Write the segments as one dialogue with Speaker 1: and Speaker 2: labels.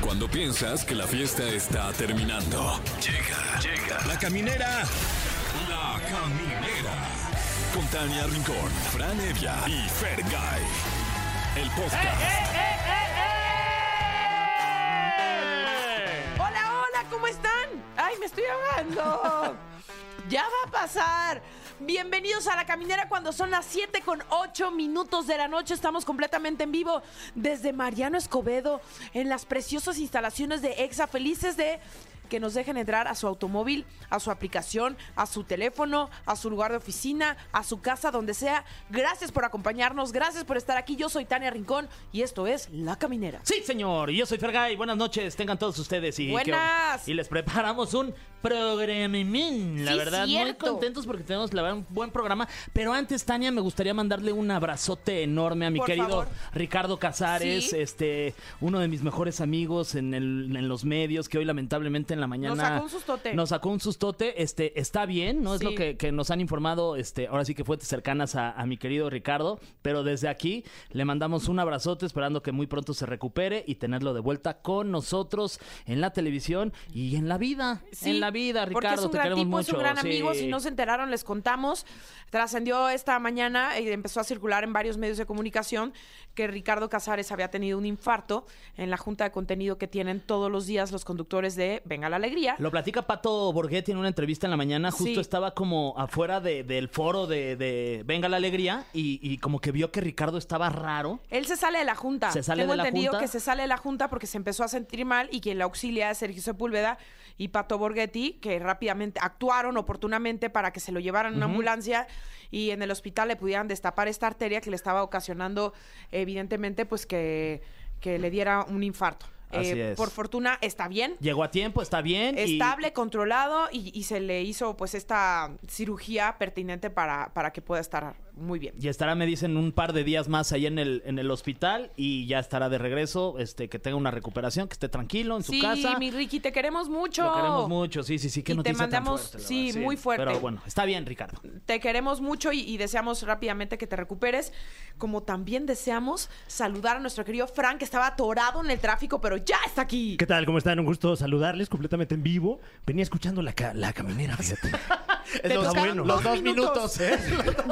Speaker 1: Cuando piensas que la fiesta está terminando. Llega, llega. La caminera. La caminera. Con Tania Rincón, Fran Evia y Fer El podcast.
Speaker 2: Hola, hola, ¿cómo están? Ay, me estoy ahogando. Ya va a pasar. Bienvenidos a La Caminera cuando son las 7 con 8 minutos de la noche. Estamos completamente en vivo desde Mariano Escobedo en las preciosas instalaciones de EXA. Felices de que nos dejen entrar a su automóvil, a su aplicación, a su teléfono, a su lugar de oficina, a su casa, donde sea. Gracias por acompañarnos, gracias por estar aquí. Yo soy Tania Rincón y esto es La Caminera.
Speaker 3: Sí, señor. Y yo soy Fergay. Buenas noches. Tengan todos ustedes. Y
Speaker 2: Buenas.
Speaker 3: que- y les preparamos un programimín, la
Speaker 2: Sí,
Speaker 3: verdad. Muy
Speaker 2: cierto.
Speaker 3: contentos porque tenemos, la verdad, un buen programa. Pero antes, Tania, me gustaría mandarle un abrazote enorme a mi
Speaker 2: Por
Speaker 3: querido
Speaker 2: favor.
Speaker 3: Ricardo Casares,
Speaker 2: Sí.
Speaker 3: este, uno de mis mejores amigos en, el- en los medios, que hoy lamentablemente en la mañana...
Speaker 2: sacó un sustote.
Speaker 3: Nos sacó un sustote. Este, está bien, ¿no? Es lo
Speaker 2: Sí.
Speaker 3: que, que nos han informado, este, ahora sí que fuentes cercanas a, a mi querido Ricardo, pero desde aquí le mandamos un abrazote esperando que muy pronto se recupere y tenerlo de vuelta con nosotros en la televisión y en la vida.
Speaker 2: Sí,
Speaker 3: en la vida, Ricardo,
Speaker 2: porque es un
Speaker 3: te
Speaker 2: gran
Speaker 3: queremos
Speaker 2: tipo,
Speaker 3: mucho.
Speaker 2: es un gran
Speaker 3: sí.
Speaker 2: amigo. Si no se enteraron, les contamos. Trascendió esta mañana y empezó a circular en varios medios de comunicación que Ricardo Casares había tenido un infarto en la junta de contenido que tienen todos los días los conductores de Venga la Alegría.
Speaker 3: Lo platica Pato Borghetti en una entrevista en la mañana. Justo
Speaker 2: Sí.
Speaker 3: estaba como afuera de- del foro de, de Venga la Alegría y, y como que vio que Ricardo estaba raro.
Speaker 2: Él se sale de la junta.
Speaker 3: Se sale
Speaker 2: Tengo
Speaker 3: de la
Speaker 2: entendido
Speaker 3: junta.
Speaker 2: que se sale de la junta porque se empezó a sentir mal y quien la auxilia es Sergio Sepúlveda y Pato Borghetti, que rápidamente actuaron oportunamente para que se lo llevaran en una ambulancia y en el hospital le pudieran destapar esta arteria que le estaba ocasionando, evidentemente, pues que, que le diera un infarto. Eh,
Speaker 3: Así es.
Speaker 2: Por fortuna está bien.
Speaker 3: Llegó a tiempo, está bien. y-
Speaker 2: Estable, controlado y, y se le hizo pues esta cirugía pertinente para, para que pueda estar muy bien.
Speaker 3: Y estará, me dicen, un par de días más ahí en el, en el hospital y ya estará de regreso, este, que tenga una recuperación, que esté tranquilo en su
Speaker 2: sí,
Speaker 3: casa.
Speaker 2: mi Ricky, te queremos mucho.
Speaker 3: Lo queremos mucho, sí, sí, sí, qué
Speaker 2: Y te
Speaker 3: noticia tan
Speaker 2: mandamos-
Speaker 3: fuerte, la
Speaker 2: sí,
Speaker 3: verdad,
Speaker 2: muy fuerte.
Speaker 3: Pero bueno, está bien, Ricardo.
Speaker 2: Te queremos mucho y, y deseamos rápidamente que te recuperes, como también deseamos saludar a nuestro querido Frank, que estaba atorado en el tráfico, pero ya está aquí.
Speaker 4: ¿Qué tal? ¿Cómo están? Un gusto saludarles completamente en vivo. Venía escuchando la, ca- la caminera, fíjate.
Speaker 2: Te
Speaker 4: los-
Speaker 2: tocaron
Speaker 4: bueno.
Speaker 2: dos minutos,
Speaker 3: ¿eh?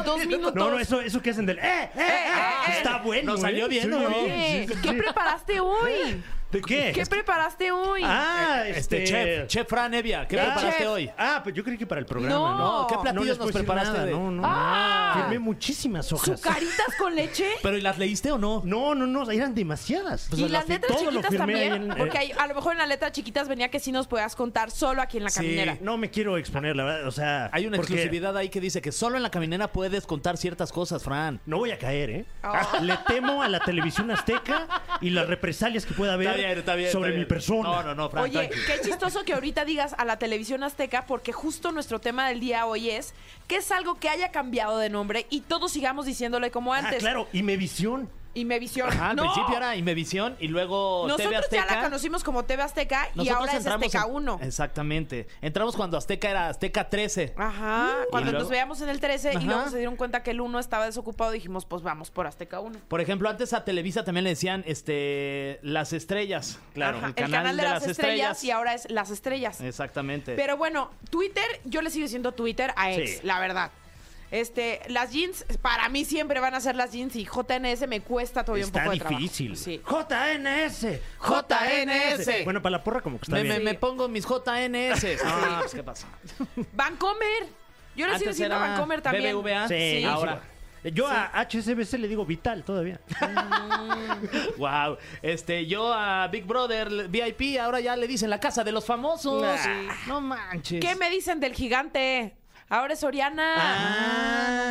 Speaker 2: Dos minutos.
Speaker 4: No, no, eso, eso que hacen del... ¡Eh, eh, eh!
Speaker 2: eh,
Speaker 4: Está
Speaker 3: eh.
Speaker 4: bueno,
Speaker 3: Nos salió
Speaker 4: ¿eh?
Speaker 3: bien,
Speaker 4: Sí,
Speaker 3: ¿no?
Speaker 4: sí,
Speaker 2: Oye,
Speaker 4: sí, sí.
Speaker 2: ¿Qué preparaste hoy?
Speaker 4: ¿De qué? Este,
Speaker 2: ¿Qué preparaste hoy?
Speaker 4: Ah,
Speaker 3: Este,
Speaker 4: este...
Speaker 3: chef, chef Fran Evia, ¿qué
Speaker 4: Ah,
Speaker 3: preparaste
Speaker 2: chef.
Speaker 3: hoy?
Speaker 4: Ah, pues yo creí que para el programa,
Speaker 2: No.
Speaker 4: ¿no?
Speaker 3: No, ¿qué
Speaker 2: No
Speaker 4: les
Speaker 3: platillos
Speaker 4: puedo
Speaker 3: nos
Speaker 4: decir
Speaker 3: preparaste?
Speaker 4: nada,
Speaker 3: de-
Speaker 4: No, no,
Speaker 2: Ah.
Speaker 4: no. Firmé muchísimas hojas.
Speaker 2: ¿Sucaritas con leche?
Speaker 3: ¿Pero y las leíste o no?
Speaker 4: No, no, no, eran demasiadas.
Speaker 2: y las letras
Speaker 4: todo lo
Speaker 2: chiquitas
Speaker 4: firmé ahí
Speaker 2: también,
Speaker 4: en- eh,
Speaker 2: porque hay- a lo mejor en las letras chiquitas venía que sí nos podías contar solo aquí en la
Speaker 3: Sí.
Speaker 2: caminera.
Speaker 4: No me quiero exponer, la verdad, o sea...
Speaker 3: Hay una
Speaker 4: porque
Speaker 3: exclusividad ahí que dice que solo en la caminera puedes contar ciertas cosas, Fran.
Speaker 4: No voy a caer, ¿eh?
Speaker 2: Oh.
Speaker 4: Le temo a la televisión azteca y las represalias que pueda haber
Speaker 3: Está bien, está bien,
Speaker 4: sobre
Speaker 3: está
Speaker 4: mi
Speaker 3: bien.
Speaker 4: persona.
Speaker 3: No, no, no, Fran,
Speaker 2: Oye,
Speaker 3: tranqui.
Speaker 2: qué chistoso que ahorita digas a la televisión azteca, porque justo nuestro tema del día hoy es que es algo que haya cambiado de nombre y todos sigamos diciéndole como
Speaker 4: Ah,
Speaker 2: antes.
Speaker 4: claro, y me visión.
Speaker 2: Y me visión.
Speaker 3: Ajá, Ah, al
Speaker 2: ¡No!
Speaker 3: principio era Imevisión y luego TV
Speaker 2: Nosotros
Speaker 3: Azteca.
Speaker 2: ya la conocimos como TV Azteca y
Speaker 3: Nosotros
Speaker 2: ahora es
Speaker 3: entramos
Speaker 2: Azteca
Speaker 3: en-
Speaker 2: 1.
Speaker 3: Exactamente. Entramos cuando Azteca era Azteca 13.
Speaker 2: Ah. Ajá, cuando
Speaker 3: Mm, Y luego-
Speaker 2: nos veíamos en el 13 y
Speaker 3: Ajá.
Speaker 2: luego se dieron cuenta que el 1 estaba desocupado, dijimos, pues vamos por Azteca 1.
Speaker 3: Por ejemplo, antes a Televisa también le decían este las estrellas. Claro,
Speaker 2: Ajá, el, canal de, las, estrellas, y ahora es Las Estrellas.
Speaker 3: Exactamente.
Speaker 2: Pero bueno, Twitter, yo le sigo diciendo Twitter a ex,
Speaker 4: Sí.
Speaker 2: la verdad. Este, las jeans, para mí siempre van a ser las jeans y JNS me cuesta todavía
Speaker 4: Está
Speaker 2: un poco
Speaker 4: difícil.
Speaker 2: de trabajo.
Speaker 4: JNS.
Speaker 3: JNS.
Speaker 4: Bueno, para la porra como que está
Speaker 3: me, me-
Speaker 4: bien.
Speaker 3: me pongo mis JNS. Ah, pues, ¿qué pasa?
Speaker 2: Sí. Vancomer. Yo le sigo
Speaker 3: Antes
Speaker 2: diciendo
Speaker 3: era
Speaker 2: Vancomer también.
Speaker 3: BBVA.
Speaker 4: Sí,
Speaker 2: Sí.
Speaker 3: ahora.
Speaker 4: Yo a HSBC le digo vital todavía.
Speaker 3: Wow. Este, yo a Big Brother le- VIP ahora ya le dicen la casa de los famosos.
Speaker 2: Sí.
Speaker 3: Ah, No manches.
Speaker 2: ¿Qué me dicen del gigante? Ahora es Oriana.
Speaker 4: Ah,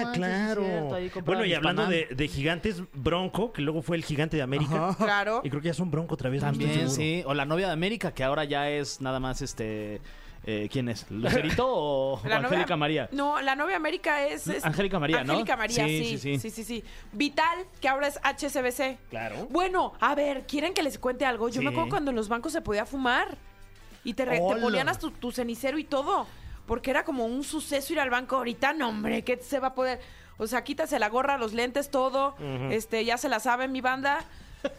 Speaker 3: no manches, sí es cierto,
Speaker 4: claro.
Speaker 3: ahí compraban
Speaker 4: Bueno, y
Speaker 3: mis
Speaker 4: hablando
Speaker 3: Panam.
Speaker 4: de, de gigantes, Bronco, que luego fue el gigante de América.
Speaker 2: Claro.
Speaker 4: Y creo que ya son Bronco otra vez. no estoy
Speaker 3: También,
Speaker 4: seguro.
Speaker 3: sí. O la novia de América, que ahora ya es nada más este. eh, ¿Quién es? ¿Lucerito o, o
Speaker 2: La novia-
Speaker 3: Angélica María?
Speaker 2: No, la novia América es, es-
Speaker 3: Angélica María, ¿no?
Speaker 2: Angélica María,
Speaker 3: Sí,
Speaker 2: sí sí sí.
Speaker 3: sí, sí.
Speaker 2: sí, Vital, que ahora es HSBC.
Speaker 4: Claro.
Speaker 2: Bueno, a ver, ¿quieren que les cuente algo? Yo me
Speaker 3: Sí.
Speaker 2: acuerdo cuando en los bancos se podía fumar y te, re- te
Speaker 3: Hola.
Speaker 2: ponían hasta tu, tu cenicero y todo, porque era como un suceso ir al banco. Ahorita, no, hombre, ¿qué se va a poder? O sea, quítase la gorra, los lentes, todo. Este, ya se la saben, mi banda.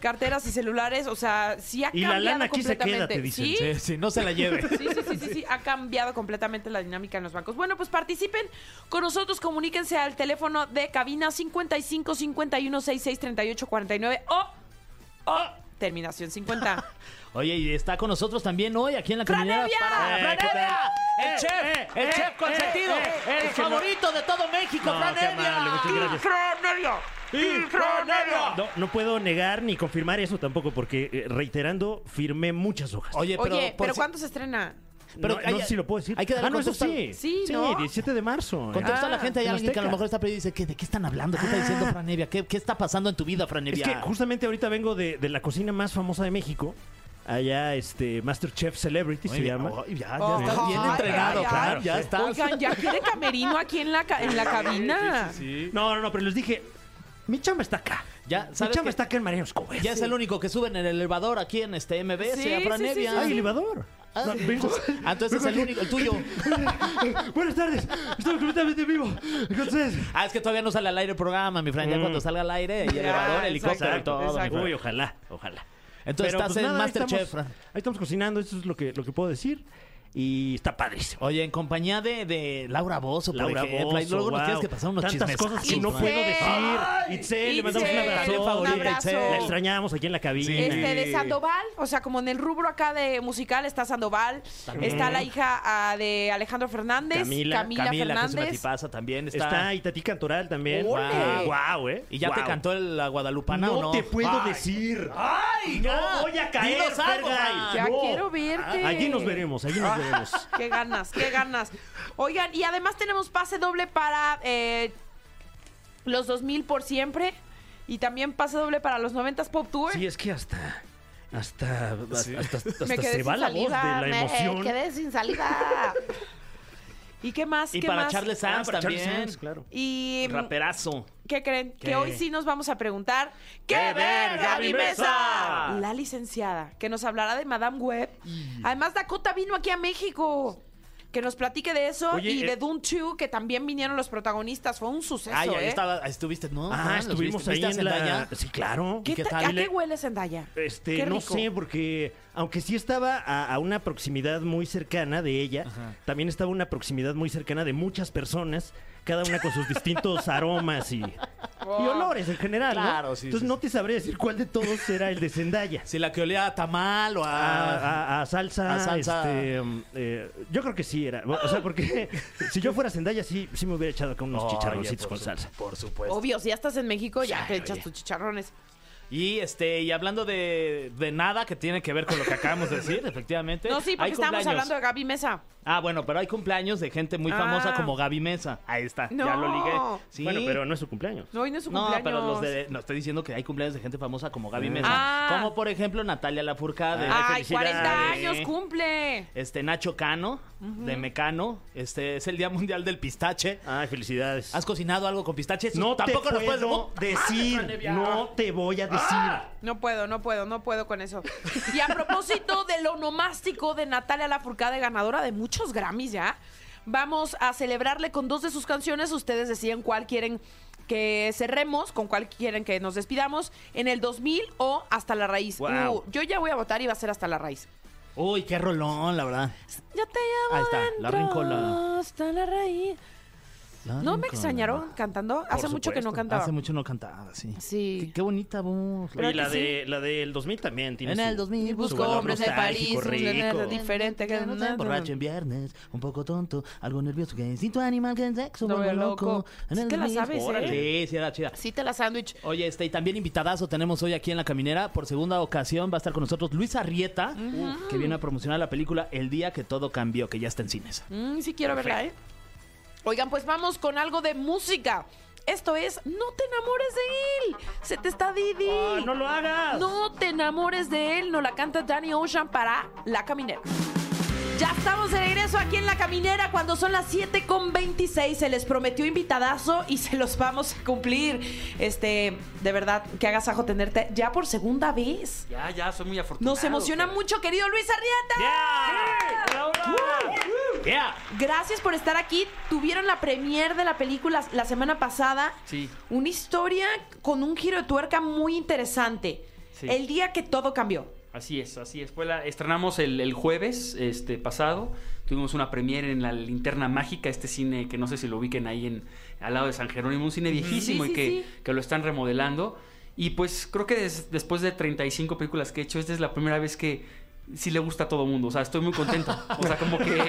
Speaker 2: carteras y celulares, o sea, sí ha
Speaker 4: Y la
Speaker 2: cambiado
Speaker 4: lana aquí se
Speaker 2: completamente.
Speaker 4: queda, te dicen.
Speaker 2: ¿Sí?
Speaker 3: Sí, sí, no se la lleve.
Speaker 2: Sí, sí, sí, sí, sí, ha cambiado completamente la dinámica en los bancos. Bueno, pues participen con nosotros, comuníquense al teléfono de cabina 55 51 66 38 49 o, o terminación 50.
Speaker 3: Oye, y está con nosotros también hoy aquí en la caminera.
Speaker 2: ¡Franevia!
Speaker 3: para-
Speaker 2: ¡Franevia!
Speaker 3: Eh, ¿qué tal?
Speaker 4: Eh,
Speaker 5: El chef, el chef consentido, el favorito de todo México,
Speaker 4: No,
Speaker 5: Fran
Speaker 4: qué amable,
Speaker 5: Evia.
Speaker 4: muchas gracias. No, no puedo negar ni confirmar eso tampoco, porque eh, reiterando, firmé muchas hojas.
Speaker 3: Oye, pero,
Speaker 2: Oye,
Speaker 3: por
Speaker 2: ¿pero
Speaker 3: si-
Speaker 2: cuándo se estrena?
Speaker 4: pero
Speaker 3: pero
Speaker 4: no,
Speaker 3: hay-
Speaker 4: no sé si lo puedo decir.
Speaker 3: hay que darle
Speaker 4: ah, no, eso
Speaker 3: contexto
Speaker 4: sí.
Speaker 2: Sí,
Speaker 4: sí,
Speaker 2: ¿no?
Speaker 4: 17 de marzo. ¿eh?
Speaker 3: Contexta a la gente, hay
Speaker 4: Ah, en
Speaker 3: alguien que a lo
Speaker 4: Azteca. Ah.
Speaker 3: mejor está perdido y dice, ¿qué, ¿de qué están hablando? ¿Qué está diciendo Franevia? ¿Qué, ¿Qué está pasando en tu vida,
Speaker 4: Es
Speaker 3: Franevia?
Speaker 4: que justamente ahorita vengo de, de la cocina más famosa de México. Allá, este, Masterchef Celebrity se llama.
Speaker 3: Ah, ya,
Speaker 2: Oh,
Speaker 3: estás bien
Speaker 2: ay,
Speaker 3: entrenado,
Speaker 2: ay,
Speaker 3: claro,
Speaker 4: ay.
Speaker 3: ya estás.
Speaker 2: Oigan, ya quiere camerino aquí en la, ca- en la cabina.
Speaker 4: No, no, no, pero les dije, mi chamba está acá.
Speaker 3: Ya,
Speaker 4: mi
Speaker 3: ¿sabes
Speaker 4: chamba
Speaker 3: qué?
Speaker 4: está acá en Mariano Escobar.
Speaker 3: Ya es el único que sube en el elevador aquí en este MBS,
Speaker 2: Sí,
Speaker 3: a
Speaker 2: sí, sí,
Speaker 3: Franevia.
Speaker 2: sí,
Speaker 4: Ay, elevador.
Speaker 3: Ah,
Speaker 4: No, vengo-
Speaker 3: ah, entonces es el único, el tuyo.
Speaker 4: Buenas tardes, estoy completamente vivo. Entonces,
Speaker 3: Ah, es que todavía no sale al aire el programa, mi Fran. Ya
Speaker 4: Mm.
Speaker 3: cuando salga al aire, y
Speaker 2: Ya,
Speaker 3: elevador, helicóptero y
Speaker 2: exacto,
Speaker 3: todo, mi
Speaker 2: exacto.
Speaker 3: Fran.
Speaker 4: uy, ojalá, ojalá.
Speaker 3: Ah, Entonces
Speaker 4: Pero,
Speaker 3: estás
Speaker 4: pues,
Speaker 3: en
Speaker 4: nada, ahí
Speaker 3: Masterchef,
Speaker 4: estamos-
Speaker 3: Fran.
Speaker 4: Ahí estamos cocinando, eso es lo que, lo que puedo decir. Y está padrísimo.
Speaker 3: Oye, en compañía de, de Laura Bozo, por
Speaker 4: Laura
Speaker 3: ejemplo.
Speaker 4: Bozzo,
Speaker 3: Ahí luego nos
Speaker 4: wow.
Speaker 3: tienes que pasar unos
Speaker 4: Tantas
Speaker 3: chismes.
Speaker 4: cosas que no
Speaker 2: Itzel.
Speaker 4: puedo decir. Itzel, le mandamos un
Speaker 2: Itzel,
Speaker 4: abrazo.
Speaker 2: un abrazo.
Speaker 4: La extrañamos aquí en la cabina.
Speaker 2: Este, de Sandoval, o sea, como en el rubro acá de musical está Sandoval, está la hija ah, de Alejandro Fernández, Camila,
Speaker 4: Camila,
Speaker 3: Camila, que es una
Speaker 2: Fernández.
Speaker 3: tipaza también. Está...
Speaker 4: Está Itatí Cantoral también.
Speaker 2: ¡Ole!
Speaker 4: Guau, guau, eh.
Speaker 3: Este, ¿Y ya
Speaker 4: Guau.
Speaker 3: te cantó el, la guadalupana
Speaker 4: No,
Speaker 3: o no?
Speaker 4: te puedo
Speaker 3: Ay.
Speaker 4: decir. ¡Ay! No
Speaker 3: ya.
Speaker 4: voy a caer. Ah.
Speaker 3: Dinos algo,
Speaker 4: Fergay.
Speaker 3: Fran.
Speaker 2: Ya
Speaker 4: No. Ah,
Speaker 2: quiero verte.
Speaker 4: Allí nos veremos, allí nos veremos.
Speaker 2: Qué ganas, qué ganas. Oigan, y además tenemos pase doble para eh, los 2000 por siempre y también pase doble para los 90s Pop Tour.
Speaker 4: Sí, es que hasta. Hasta, hasta, hasta- hasta
Speaker 2: me quedé
Speaker 4: se
Speaker 2: sin
Speaker 4: va la voz de
Speaker 2: salida,
Speaker 4: la
Speaker 2: me
Speaker 4: emoción.
Speaker 2: quedé sin salida. ¿Y qué más?
Speaker 3: Y
Speaker 2: ¿Qué
Speaker 3: para
Speaker 2: más?
Speaker 3: Charles Sands
Speaker 4: Ah, para Charles
Speaker 3: también.
Speaker 4: Sands, claro.
Speaker 2: Y mm,
Speaker 3: Raperazo.
Speaker 2: ¿Qué creen?
Speaker 4: ¿Qué?
Speaker 2: Que hoy sí nos vamos a preguntar
Speaker 4: ¡Qué ver, Gaby Mesa?
Speaker 2: La licenciada, que nos hablará de Madame Web. Además, Dakota vino aquí a México. Que nos platique de eso
Speaker 4: Oye,
Speaker 2: y de
Speaker 4: eh,
Speaker 2: Doom 2, que también vinieron los protagonistas. Fue un suceso,
Speaker 3: Ay, ahí
Speaker 2: ¿eh?
Speaker 3: estaba, ahí estuviste, ¿no?
Speaker 4: Ah,
Speaker 3: Fran? ¿Los
Speaker 4: estuvimos
Speaker 3: viste?
Speaker 4: ahí
Speaker 3: ¿Viste a
Speaker 4: en la.
Speaker 3: Zendaya?
Speaker 4: Sí, claro.
Speaker 2: ¿Qué
Speaker 3: ¿Qué
Speaker 2: ta-
Speaker 3: tal?
Speaker 2: ¿A qué huele Zendaya?
Speaker 4: Este,
Speaker 2: Qué
Speaker 4: no
Speaker 2: rico.
Speaker 4: sé, porque aunque sí estaba a, a una proximidad muy cercana de ella, también estaba una proximidad muy cercana de muchas personas, cada una con sus distintos aromas y, y olores en general. ¿no?
Speaker 3: Claro, sí,
Speaker 4: Entonces
Speaker 3: sí,
Speaker 4: no te sabré decir cuál de todos era el de Zendaya.
Speaker 3: Si la que olía a tamal o
Speaker 4: A,
Speaker 3: a...
Speaker 4: a- a salsa,
Speaker 3: Ah. A salsa.
Speaker 4: este, um, eh, yo creo que sí era. O sea, porque si yo fuera Zendaya, sí, sí me hubiera echado acá unos
Speaker 3: Oye,
Speaker 4: chicharroncitos
Speaker 3: por
Speaker 4: con
Speaker 3: su-
Speaker 4: salsa.
Speaker 3: Por supuesto.
Speaker 2: Obvio, si ya estás en México, ya
Speaker 4: Sí,
Speaker 2: te echas
Speaker 4: oye.
Speaker 2: tus chicharrones.
Speaker 3: Y este, y hablando de, de nada que tiene que ver con lo que acabamos de decir, efectivamente.
Speaker 2: No, sí, porque
Speaker 3: hay
Speaker 2: estábamos
Speaker 3: cumpleaños.
Speaker 2: hablando de Gaby Mesa.
Speaker 3: Ah, bueno, pero hay cumpleaños de gente muy
Speaker 2: Ah.
Speaker 3: famosa como Gaby Mesa. Ahí está,
Speaker 2: No.
Speaker 3: ya lo ligué. Sí.
Speaker 4: Bueno, pero no es su cumpleaños.
Speaker 2: No, hoy no es su
Speaker 3: No,
Speaker 2: cumpleaños.
Speaker 3: pero los de, no estoy diciendo que hay cumpleaños de gente famosa como Gaby Mesa.
Speaker 2: Ah.
Speaker 3: Como por ejemplo Natalia Lafourcade.
Speaker 2: Ay, 40
Speaker 3: felicidades.
Speaker 2: años, cumple.
Speaker 3: Este Nacho Cano, de Mecano. Este es el Día Mundial del Pistache.
Speaker 4: Ay, felicidades.
Speaker 3: ¿Has cocinado algo con pistache? Sí,
Speaker 4: No
Speaker 3: tampoco
Speaker 4: te
Speaker 3: nos puedes-
Speaker 4: puedo decir, no te voy a decir.
Speaker 2: No puedo, no puedo, no puedo con eso. Y a propósito de lo nomástico de Natalia Lafourcade, ganadora de muchos Grammys ya, vamos a celebrarle con dos de sus canciones. Ustedes deciden cuál quieren que cerremos, con cuál quieren que nos despidamos, en el 2000 o Hasta la Raíz.
Speaker 4: Wow.
Speaker 2: Uh, yo ya voy a votar y va a ser Hasta la Raíz.
Speaker 3: Uy, qué rolón, la verdad.
Speaker 2: Ya te llevo
Speaker 3: Ahí está, la
Speaker 2: dentro,
Speaker 3: rincola.
Speaker 2: Hasta la Raíz. ¿No me extrañaron cantando? Hace mucho que no cantaba.
Speaker 3: Hace mucho no cantaba, sí.
Speaker 2: Sí.
Speaker 3: Qué, qué bonita voz.
Speaker 2: Pero
Speaker 4: y la,
Speaker 2: que sí.
Speaker 4: de, la del 2000 también tiene
Speaker 3: En
Speaker 4: su-
Speaker 3: el 2000
Speaker 4: su
Speaker 3: busco
Speaker 4: valor
Speaker 2: hombres de
Speaker 4: nostálgico,
Speaker 2: París, un
Speaker 4: rico.
Speaker 2: nene de- diferente que-
Speaker 3: Borracho en viernes, un poco tonto, algo nervioso, que instinto animal, que en sexo,
Speaker 2: No,
Speaker 3: vuelve
Speaker 2: loco.
Speaker 3: loco. En
Speaker 2: Sí
Speaker 3: el
Speaker 2: te la
Speaker 3: 2000.
Speaker 2: sabes, ¿eh?
Speaker 3: Órale. Sí, sí, era chida.
Speaker 2: Sí te la sándwich.
Speaker 3: Oye, este, y también invitadazo tenemos hoy aquí en La Caminera. Por segunda ocasión va a estar con nosotros Luis Arrieta, que viene a promocionar la película El Día que Todo Cambió, que ya está en cines.
Speaker 2: Mm, sí quiero verla, ¿eh? Oigan, pues vamos con algo de música. Esto es No te enamores de él. Se te está Didi.
Speaker 4: Ah, ¡No lo hagas!
Speaker 2: No te enamores de él. No la canta Danny Ocean para La Caminera. Ya estamos de regreso aquí en La Caminera cuando son las 7 con 26. Se les prometió invitadazo y se los vamos a cumplir. Este, de verdad, que agasajo tenerte ya por segunda vez.
Speaker 5: Ya, ya, soy muy afortunado.
Speaker 2: Nos emociona
Speaker 5: pero-
Speaker 2: mucho, querido Luis Arrieta.
Speaker 4: Yeah. Yeah.
Speaker 2: Gracias por estar aquí. Tuvieron la premier de la película la semana pasada.
Speaker 5: Sí.
Speaker 2: Una historia con un giro de tuerca muy interesante.
Speaker 6: Sí.
Speaker 2: el día que todo cambió.
Speaker 6: Así es, así es. Fue la- estrenamos el, el jueves este, pasado. Tuvimos una premiere en la Linterna Mágica, este cine que no sé si lo ubiquen ahí en, al lado de San Jerónimo, un cine viejísimo
Speaker 2: Sí,
Speaker 6: y
Speaker 2: sí,
Speaker 6: que,
Speaker 2: sí.
Speaker 6: que lo están remodelando. Y pues creo que des- después de 35 películas que he hecho, esta es la primera vez que sí le gusta a todo mundo. O sea, estoy muy contento. O sea, como que,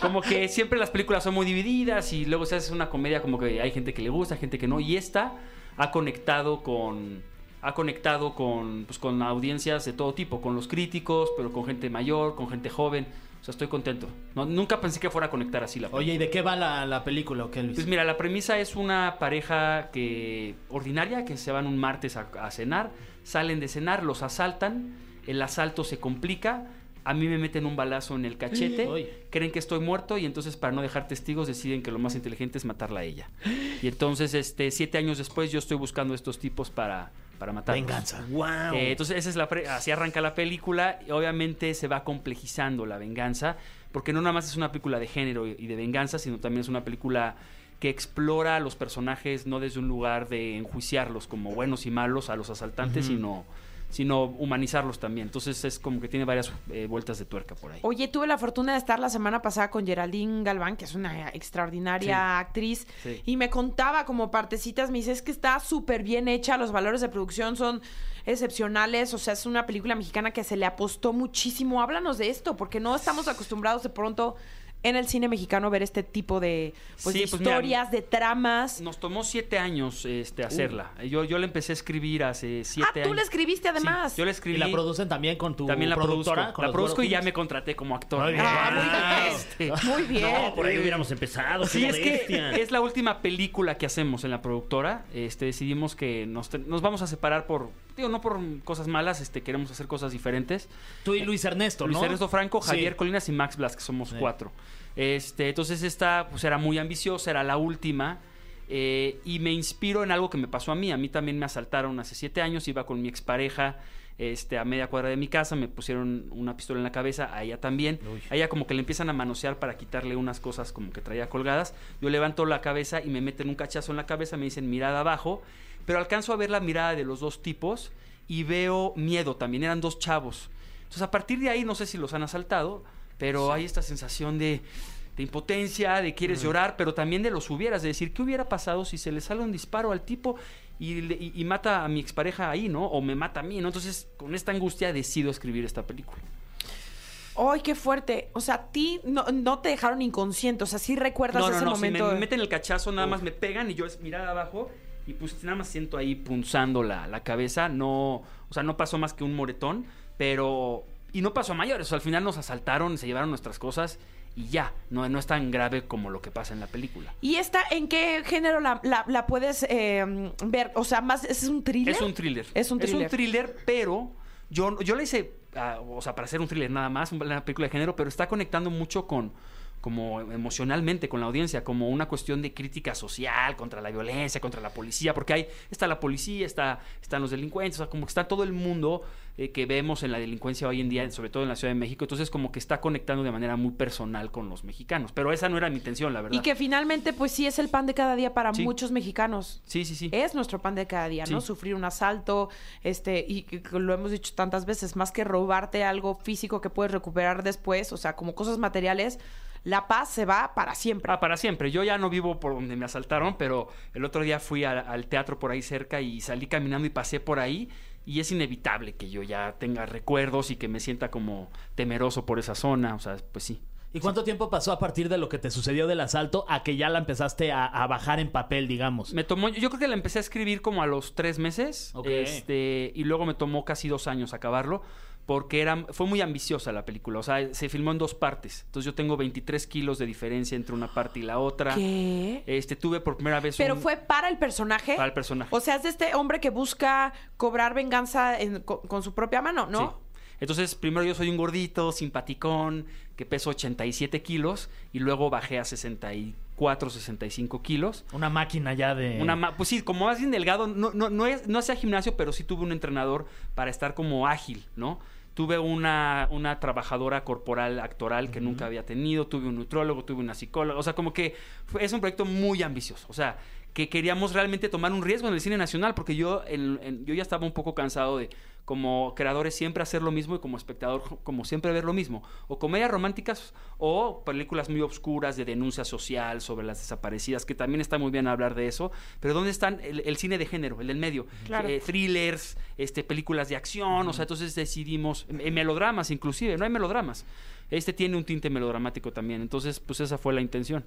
Speaker 6: como que siempre las películas son muy divididas y luego se hace una comedia como que hay gente que le gusta, gente que no. Y esta ha conectado con ha conectado con, pues, con audiencias de todo tipo, con los críticos, pero con gente mayor, con gente joven. O sea, estoy contento. No, nunca pensé que fuera a conectar así la
Speaker 5: Oye, ¿y de qué va la, la película o qué, Luis?
Speaker 6: pues mira, la premisa es una pareja que ordinaria que se van un martes a, a cenar, salen de cenar, los asaltan, el asalto se complica, a mí me meten un balazo en el cachete,
Speaker 5: Uy.
Speaker 6: creen que estoy muerto y entonces para no dejar testigos deciden que lo más inteligente es matarla a ella. Y entonces, este, siete años después yo estoy buscando a estos tipos para para matarlos.
Speaker 5: Venganza.
Speaker 4: ¡Wow!
Speaker 6: Eh, entonces, esa es la pre- así arranca la película. y obviamente se va complejizando la venganza, porque no nada más es una película de género y y de venganza, sino también es una película que explora a los personajes no desde un lugar de enjuiciarlos como buenos y malos a los asaltantes, sino, sino humanizarlos también. Entonces, es como que tiene varias eh, vueltas de tuerca por ahí.
Speaker 2: Oye, tuve la fortuna de estar la semana pasada con Geraldine Galván, que es una extraordinaria
Speaker 6: Sí.
Speaker 2: actriz,
Speaker 6: Sí.
Speaker 2: y me contaba como partecitas, me dice, es que está súper bien hecha, los valores de producción son excepcionales, o sea, es una película mexicana que se le apostó muchísimo. Háblanos de esto, porque no estamos acostumbrados de pronto en el cine mexicano a ver este tipo de, pues,
Speaker 6: Sí,
Speaker 2: de
Speaker 6: pues, mira,
Speaker 2: historias, de tramas.
Speaker 6: Nos tomó siete años este, hacerla. Yo, yo la empecé a escribir hace siete
Speaker 2: ah,
Speaker 6: años.
Speaker 2: tú le escribiste
Speaker 6: Sí,
Speaker 2: además.
Speaker 6: yo la
Speaker 5: ¿Y
Speaker 6: escribí.
Speaker 5: la producen también con tu
Speaker 6: También la produzco.
Speaker 5: productora? con
Speaker 6: La
Speaker 5: los
Speaker 6: produzco y ya
Speaker 5: Guaroquines?
Speaker 6: me contraté como actor.
Speaker 5: Muy bien. este.
Speaker 2: Ah, muy bien. Muy bien.
Speaker 4: No, por ahí hubiéramos empezado.
Speaker 6: Sí,
Speaker 4: qué
Speaker 6: es que
Speaker 4: modestia.
Speaker 6: es la última película que hacemos en la productora. Este, decidimos que nos, te- nos vamos a separar por, digo, no por cosas malas, este, queremos hacer cosas diferentes.
Speaker 5: Tú y Luis Ernesto, ¿no?
Speaker 6: Luis Ernesto Franco,
Speaker 5: Sí.
Speaker 6: Javier Colinas y Max Blas, que somos cuatro. Este, entonces esta pues era muy ambiciosa, era la última. eh, y me inspiro en algo que me pasó a mí. A mí también me asaltaron hace siete años, iba con mi expareja este, a media cuadra de mi casa, me pusieron una pistola en la cabeza, a ella también. A ella como que le empiezan a manosear para quitarle unas cosas como que traía colgadas. Yo levanto la cabeza y me meten un cachazo en la cabeza, me dicen mirada abajo, pero alcanzo a ver la mirada de los dos tipos y veo miedo también, eran dos chavos. Entonces, a partir de ahí, no sé si los han asaltado, pero hay esta sensación de, de impotencia, de quieres llorar, pero también de los hubieras, de decir, ¿qué hubiera pasado si se le sale un disparo al tipo y, le- y- y mata a mi expareja ahí, ¿no? O me mata a mí, ¿no? Entonces, con esta angustia decido escribir esta película.
Speaker 2: Ay, qué fuerte. O sea, a ti no, no te dejaron inconsciente. O sea, sí recuerdas
Speaker 6: No, no,
Speaker 2: ese
Speaker 6: no, si
Speaker 2: momento.
Speaker 6: me
Speaker 2: de-
Speaker 6: meten el cachazo, nada más me pegan y yo es mirada abajo y pues nada más siento ahí punzando la, la cabeza. No, o sea, no pasó más que un moretón, pero... Y no pasó a mayores, o sea, al final nos asaltaron, se llevaron nuestras cosas y ya, no, no es tan grave como lo que pasa en la película.
Speaker 2: ¿Y esta en qué género la, la- la puedes eh, ver? O sea, más es un thriller.
Speaker 6: Es un thriller.
Speaker 2: Es un thriller.
Speaker 6: pero yo, yo la hice, ah, o sea, para hacer un thriller nada más, una película de género, pero está conectando mucho con como emocionalmente con la audiencia, como una cuestión de crítica social, contra la violencia, contra la policía, porque hay, está la policía, está, están los delincuentes, o sea, como que está todo el mundo eh, que vemos en la delincuencia hoy en día, sobre todo en la Ciudad de México, entonces como que está conectando de manera muy personal con los mexicanos, pero esa no era mi intención, la verdad.
Speaker 2: Y que finalmente, pues sí, es el pan de cada día para
Speaker 6: Sí.
Speaker 2: muchos mexicanos.
Speaker 6: Sí, sí, sí.
Speaker 2: Es nuestro pan de cada día, ¿no?
Speaker 6: Sí.
Speaker 2: Sufrir un asalto, este, y que- que lo hemos dicho tantas veces, más que robarte algo físico que puedes recuperar después, o sea, como cosas materiales, la paz se va para siempre.
Speaker 6: Ah, para siempre. Yo ya no vivo por donde me asaltaron, pero el otro día fui al- al teatro por ahí cerca y salí caminando y pasé por ahí. Y es inevitable que yo ya tenga recuerdos y que me sienta como temeroso por esa zona. O sea, pues sí.
Speaker 5: ¿Y cuánto tiempo pasó a partir de lo que te sucedió del asalto a que ya la empezaste a, a bajar en papel, digamos?
Speaker 6: Me tomó, yo creo que la empecé a escribir como a los tres meses.
Speaker 5: Ok.
Speaker 6: Este, y luego me tomó casi dos años acabarlo. Porque era, fue muy ambiciosa la película. O sea, se filmó en dos partes. Entonces yo tengo 23 kilos de diferencia entre una parte y la otra.
Speaker 2: ¿Qué?
Speaker 6: Este, tuve por primera vez
Speaker 2: Pero
Speaker 6: un-
Speaker 2: fue para el personaje.
Speaker 6: Para el personaje.
Speaker 2: O sea, es de este hombre que busca cobrar venganza en- co- con, su propia mano, ¿no?
Speaker 6: Sí. Entonces, primero yo soy un gordito, simpaticón, que peso 87 kilos y luego bajé a 64, 65 kilos.
Speaker 5: Una máquina ya de...
Speaker 6: Una ma- pues sí, como más bien delgado, no, no, no, es- no hacía gimnasio, pero sí tuve un entrenador para estar como ágil, ¿no? Tuve una, una trabajadora corporal actoral que nunca había tenido, tuve un nutrólogo, tuve una psicóloga, o sea, como que fue- es un proyecto muy ambicioso, o sea, que queríamos realmente tomar un riesgo en el cine nacional, porque yo, en- en- yo ya estaba un poco cansado de como creadores siempre hacer lo mismo y como espectador como siempre ver lo mismo. O comedias románticas o películas muy obscuras de denuncia social sobre las desaparecidas, que también está muy bien hablar de eso. Pero ¿dónde están el, el cine de género, el del medio?
Speaker 2: Claro.
Speaker 6: Eh, thrillers, este, películas de acción, o sea, entonces decidimos, eh, melodramas inclusive, no hay melodramas. Este tiene un tinte melodramático también, entonces pues esa fue la intención.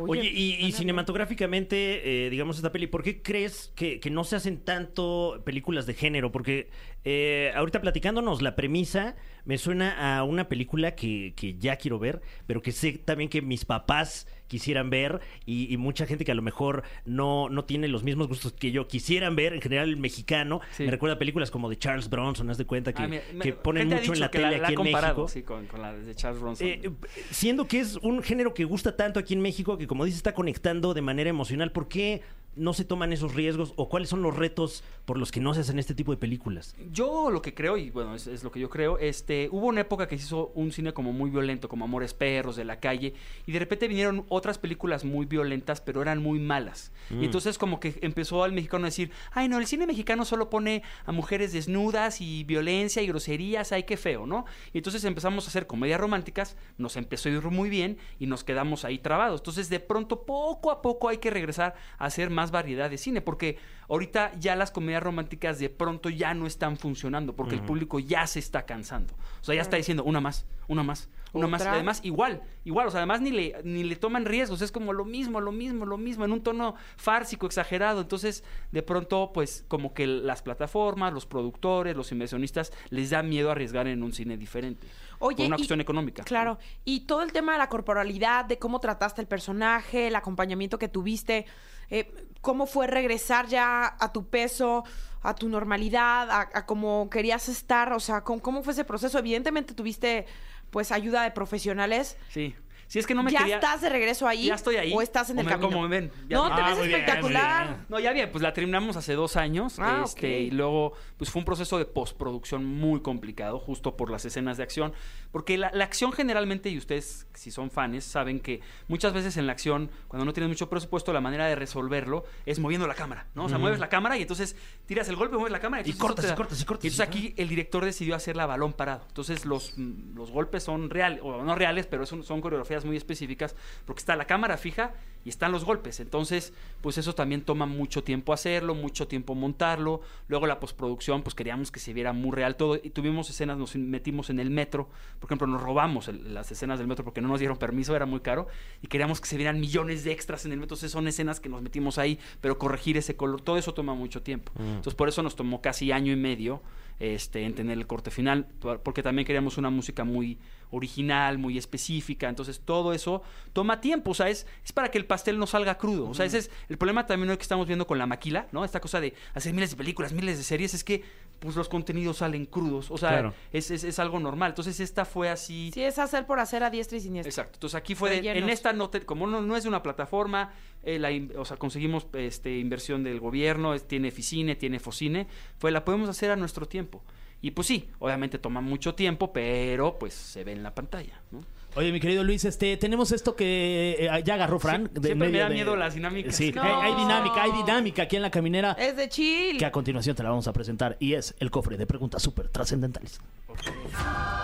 Speaker 4: Oye, y, y cinematográficamente, eh, digamos, esta peli, ¿por qué crees que, que no se hacen tanto películas de género? Porque eh, ahorita platicándonos la premisa, me suena a una película que, que ya quiero ver, pero que sé también que mis papás quisieran ver y, y mucha gente que a lo mejor no, no tiene los mismos gustos que yo quisieran ver, en general el mexicano.
Speaker 6: Sí.
Speaker 4: Me recuerda a películas como de Charles Bronson, haz de cuenta que,
Speaker 6: Ah, mira, me-
Speaker 4: que ponen
Speaker 6: gente ha
Speaker 4: mucho en
Speaker 6: dicho
Speaker 4: la
Speaker 6: que
Speaker 4: tele
Speaker 6: la
Speaker 4: aquí
Speaker 6: ha
Speaker 4: en
Speaker 6: comparado,
Speaker 4: México.
Speaker 6: Sí, con, con la de Charles Bronson.
Speaker 4: Eh, siendo que es un género que gusta tanto aquí en México, que como dice, está conectando de manera emocional, ¿por qué no se toman esos riesgos o cuáles son los retos por los que no se hacen este tipo de películas?
Speaker 6: Yo lo que creo, y bueno, es, es lo que yo creo, este, hubo una época que se hizo un cine como muy violento, como Amores Perros, de la calle, y de repente vinieron otras películas muy violentas, pero eran muy malas. Y entonces como que empezó al mexicano a decir, ay no, el cine mexicano solo pone a mujeres desnudas y violencia y groserías, ay qué feo, ¿no? Y entonces empezamos a hacer comedias románticas, nos empezó a ir muy bien y nos quedamos ahí trabados. Entonces de pronto, poco a poco hay que regresar a hacer más variedad de cine, porque ahorita ya las comedias románticas de pronto ya no están funcionando, porque el público ya se está cansando. O sea, ya está diciendo una más, una más, una más.
Speaker 2: Otra.
Speaker 6: Además, igual, igual, o sea, además ni le, ni le toman riesgos, es como lo mismo, lo mismo, lo mismo, en un tono fársico, exagerado. Entonces, de pronto, pues como que las plataformas, los productores, los inversionistas, les da miedo arriesgar en un cine diferente.
Speaker 2: Oye,
Speaker 6: por una
Speaker 2: y-
Speaker 6: cuestión económica.
Speaker 2: Claro, y todo el tema de la corporalidad, de cómo trataste el personaje, el acompañamiento que tuviste, eh, cómo fue regresar ya a tu peso, a tu normalidad, a, a cómo querías estar, o sea, con- cómo fue ese proceso. Evidentemente tuviste pues ayuda de profesionales.
Speaker 6: Sí. Si es que no me
Speaker 2: ¿Ya
Speaker 6: quería-
Speaker 2: estás de regreso ahí?
Speaker 6: Ya estoy ahí.
Speaker 2: ¿O estás en
Speaker 6: O
Speaker 2: el
Speaker 6: me-
Speaker 2: camino?
Speaker 6: como me ven. Ya
Speaker 2: no,
Speaker 6: estoy-
Speaker 2: te
Speaker 6: Ah,
Speaker 2: ves
Speaker 6: muy bien,
Speaker 2: espectacular.
Speaker 4: Ah.
Speaker 6: No, ya bien, pues la terminamos hace dos años.
Speaker 2: Ah,
Speaker 6: este,
Speaker 2: ok.
Speaker 6: Y luego, pues fue un proceso de postproducción muy complicado, justo por las escenas de acción. Porque la, la acción generalmente, y ustedes, si son fans, saben que muchas veces en la acción, cuando no tienes mucho presupuesto, la manera de resolverlo es moviendo la cámara, ¿no? O sea, mueves la cámara y entonces tiras el golpe, mueves la cámara
Speaker 4: Y
Speaker 6: entonces
Speaker 4: cortas,
Speaker 6: eso te
Speaker 4: y
Speaker 6: da-
Speaker 4: cortas, y cortas,
Speaker 6: y Entonces
Speaker 4: y-
Speaker 6: aquí el director decidió hacerla a balón parado. Entonces los, mm, los golpes son reales, o no reales, pero son, son coreografías muy específicas, porque está la cámara fija y están los golpes. Entonces, pues eso también toma mucho tiempo hacerlo, mucho tiempo montarlo. Luego la postproducción, pues queríamos que se viera muy real todo. Y tuvimos escenas, nos metimos en el metro. Por ejemplo, nos robamos el- las escenas del metro porque no nos dieron permiso, era muy caro. Y queríamos que se vieran millones de extras en el metro. Entonces son escenas que nos metimos ahí, pero corregir ese color, todo eso toma mucho tiempo. Entonces por eso nos tomó casi año y medio este, en tener el corte final, por- porque también queríamos una música muy original, muy específica, entonces todo eso toma tiempo, o sea, es, es para que el pastel no salga crudo, o sea, ese es el problema también hoy que estamos viendo con la maquila, ¿no? Esta cosa de hacer miles de películas, miles de series, es que pues los contenidos salen crudos, o sea,
Speaker 4: Claro.
Speaker 6: es, es- es algo normal, entonces esta fue así...
Speaker 2: Sí, es hacer por hacer a diestra y siniestra.
Speaker 6: Exacto. Entonces aquí fue de- en
Speaker 2: Rellenos.
Speaker 6: esta no te- como no, no es de una plataforma, eh, la in- o sea, conseguimos este inversión del gobierno, es- tiene Ficine, tiene Focine, pues la podemos hacer a nuestro tiempo. Y pues sí, obviamente toma mucho tiempo, pero pues se ve en la pantalla, ¿no?
Speaker 5: Oye, mi querido Luis, este, tenemos esto que eh, ya agarró Fran.
Speaker 6: Sí, siempre me da
Speaker 5: de-
Speaker 6: miedo las dinámicas.
Speaker 5: Sí,
Speaker 2: No. Eh,
Speaker 5: hay, hay dinámica, hay dinámica aquí en la caminera
Speaker 2: Es de chill.
Speaker 5: que a continuación te la vamos a presentar y es el cofre de preguntas súper trascendentales.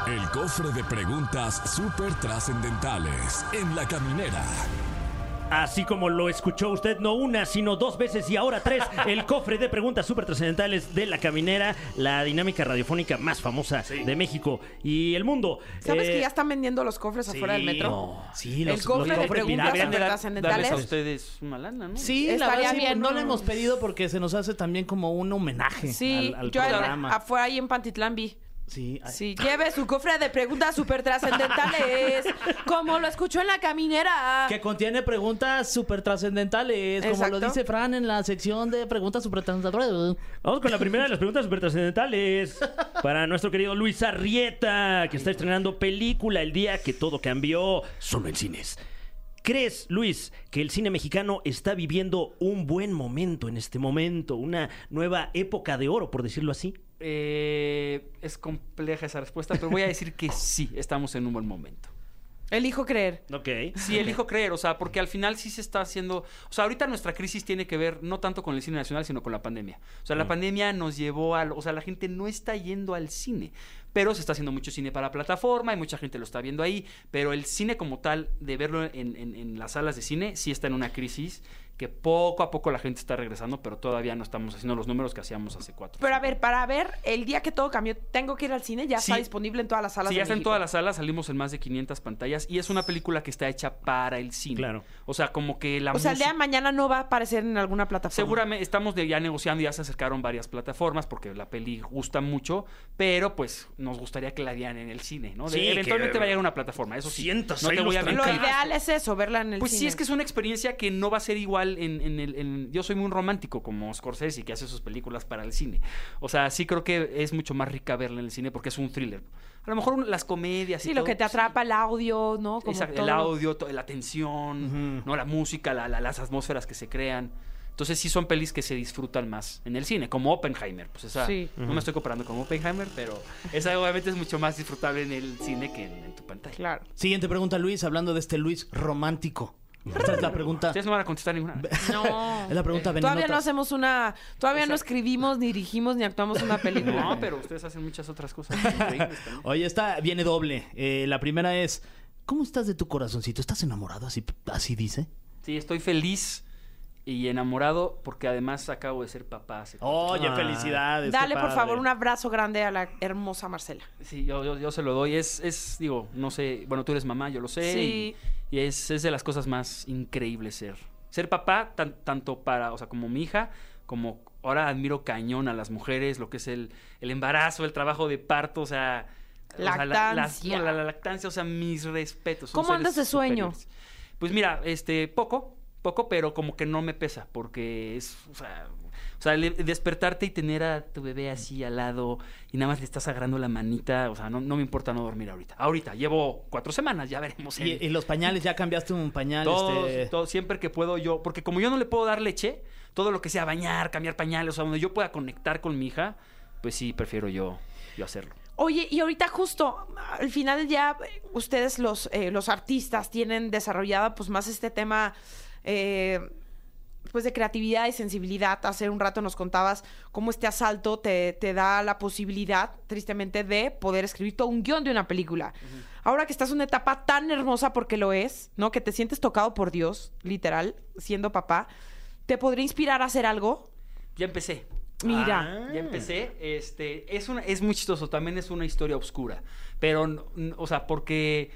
Speaker 1: El cofre de preguntas súper trascendentales en la caminera.
Speaker 4: Así como lo escuchó usted, no una, sino dos veces y ahora tres, el cofre de preguntas súper trascendentales de La Caminera, la dinámica radiofónica más famosa de México y el mundo.
Speaker 2: ¿Sabes
Speaker 4: Eh,
Speaker 2: que ya están vendiendo los cofres afuera del metro?
Speaker 5: Sí,
Speaker 2: El
Speaker 5: los,
Speaker 2: cofre
Speaker 5: los
Speaker 2: de
Speaker 5: cofres piratas.
Speaker 2: preguntas
Speaker 6: Deberían de dar-
Speaker 2: trascendentales.
Speaker 6: darles a ustedes una lana, ¿no?
Speaker 5: Sí, la
Speaker 2: Estaría
Speaker 5: verdad sí,
Speaker 2: bien,
Speaker 5: no
Speaker 2: ¿no?
Speaker 5: le hemos pedido porque se nos hace también como un homenaje
Speaker 2: Sí,
Speaker 5: al, al
Speaker 2: yo en-
Speaker 5: programa.
Speaker 2: afuera ahí en Pantitlán vi.
Speaker 5: Sí, ay,
Speaker 2: Sí, lleve su cofre de preguntas súper trascendentales, como lo escuchó en la caminera.
Speaker 5: Que contiene preguntas súper trascendentales, como lo
Speaker 2: Exacto.
Speaker 5: dice Fran en la sección de preguntas súper trascendentales.
Speaker 4: Vamos con la primera de las preguntas super trascendentales para nuestro querido Luis Arrieta, que está estrenando película el día que todo cambió, solo en cines. ¿Crees, Luis, que el cine mexicano está viviendo un buen momento en este momento, una nueva época de oro, por decirlo así?
Speaker 6: Eh, es compleja esa respuesta, pero voy a decir que sí, estamos en un buen momento.
Speaker 2: Elijo creer.
Speaker 4: Ok.
Speaker 6: Sí, elijo creer, o sea, porque al final sí se está haciendo, o sea, ahorita nuestra crisis tiene que ver no tanto con el cine nacional, sino con la pandemia. O
Speaker 4: Mm.
Speaker 6: sea, la pandemia nos llevó al, o sea, la gente no está yendo al cine, pero se está haciendo mucho cine para plataforma y mucha gente lo está viendo ahí, pero el cine como tal, de verlo en, en- en las salas de cine, sí está en una crisis que poco a poco la gente está regresando, pero todavía no estamos haciendo los números que hacíamos hace cuatro.
Speaker 2: Pero a ver, para ver el día que todo cambió, tengo que ir al cine, ya está
Speaker 6: Sí.
Speaker 2: disponible en todas las salas.
Speaker 6: Sí, ya
Speaker 2: de
Speaker 6: está en
Speaker 2: México.
Speaker 6: todas las salas, salimos en más de 500 pantallas y es una película que está hecha para el cine.
Speaker 4: Claro.
Speaker 6: O sea, como que la
Speaker 2: O sea, el día de mañana no va a aparecer en alguna plataforma.
Speaker 6: Seguramente estamos de- ya negociando, ya se acercaron varias plataformas porque la peli gusta mucho, pero pues nos gustaría que la dieran en el cine, ¿no? De-
Speaker 4: Sí,
Speaker 6: eventualmente
Speaker 4: que-
Speaker 6: va a llegar una plataforma, eso sí.
Speaker 4: Sientas
Speaker 6: no
Speaker 4: ahí
Speaker 6: te voy
Speaker 4: los
Speaker 6: a
Speaker 2: Lo
Speaker 6: mentir.
Speaker 2: ideal es eso, verla en el
Speaker 6: Pues sí,
Speaker 2: cine.
Speaker 6: es que es una experiencia que no va a ser igual en, en el... en- Yo soy muy romántico como Scorsese que hace sus películas para el cine. O sea, sí creo que es mucho más rica verla en el cine porque es un thriller. A lo mejor un- las comedias... y
Speaker 2: Sí, lo
Speaker 6: todo,
Speaker 2: que te
Speaker 6: pues,
Speaker 2: atrapa, el audio, ¿no? Como
Speaker 6: Exacto,
Speaker 2: todo.
Speaker 6: el audio, to- la tensión, ¿no? la música, la- la- las atmósferas que se crean. Entonces sí son pelis que se disfrutan más en el cine, como Oppenheimer. Pues esa,
Speaker 2: Sí.
Speaker 6: No me estoy comparando con Oppenheimer, pero esa obviamente es mucho más disfrutable en el cine que en, en tu pantalla.
Speaker 2: Claro.
Speaker 5: Siguiente pregunta, Luis, hablando de este Luis romántico. Esta es la pregunta.
Speaker 6: Ustedes no van a contestar ninguna.
Speaker 2: No.
Speaker 5: Es la pregunta
Speaker 2: Todavía
Speaker 5: venenosa.
Speaker 2: no hacemos una. Todavía no escribimos, ni dirigimos, ni actuamos una película.
Speaker 6: No, pero ustedes hacen muchas otras cosas. increíbles también.
Speaker 5: Oye, esta viene doble. Eh, la primera es, ¿cómo estás de tu corazoncito? ¿Estás enamorado? Así, así dice.
Speaker 6: Sí, estoy feliz y enamorado porque además acabo de ser papá. hace-
Speaker 5: Oye,
Speaker 4: Ah.
Speaker 5: felicidades. qué
Speaker 2: Dale, por
Speaker 5: padre.
Speaker 2: favor, un abrazo grande a la hermosa Marcela.
Speaker 6: Sí, yo, yo, yo se lo doy. Es, es, digo, no sé, bueno, tú eres mamá, yo lo sé.
Speaker 2: Sí.
Speaker 6: Y, y es, es de las cosas más increíbles ser. Ser papá, tan- tanto para, o sea, como mi hija, como ahora admiro cañón a las mujeres, lo que es el, el embarazo, el trabajo de parto, o sea... o sea, la- las-
Speaker 2: Lactancia.
Speaker 6: no, la, la lactancia, o sea, mis respetos. son
Speaker 2: ¿Cómo andas
Speaker 6: seres
Speaker 2: de sueño?
Speaker 6: superiores. Pues mira, este, poco, poco, pero como que no me pesa, porque es, o sea, o sea, le- despertarte y tener a tu bebé así al lado y nada más le estás agarrando la manita, o sea, no, no me importa no dormir ahorita. Ahorita, llevo cuatro semanas, ya veremos. el-
Speaker 5: Y, y los pañales, ya cambiaste un pañal.
Speaker 6: todos,
Speaker 5: este...
Speaker 6: todos, siempre que puedo yo, porque como yo no le puedo dar leche, todo lo que sea bañar, cambiar pañales, o sea, donde yo pueda conectar con mi hija, pues sí, prefiero yo, yo hacerlo.
Speaker 2: Oye, y ahorita justo al final ya eh, ustedes los, eh, los artistas tienen desarrollada pues más este tema eh, pues de creatividad y sensibilidad. Hace un rato nos contabas cómo este asalto te, te da la posibilidad, tristemente, de poder escribir todo un guión de una película. Ahora que estás en una etapa tan hermosa porque lo es, ¿no? Que te sientes tocado por Dios, literal, siendo papá. ¿Te podría inspirar a hacer algo?
Speaker 6: Ya empecé. Ah,
Speaker 2: Mira.
Speaker 6: Ya empecé. Este, es, una, es muy chistoso. También es una historia oscura. Pero, n- n- o sea, porque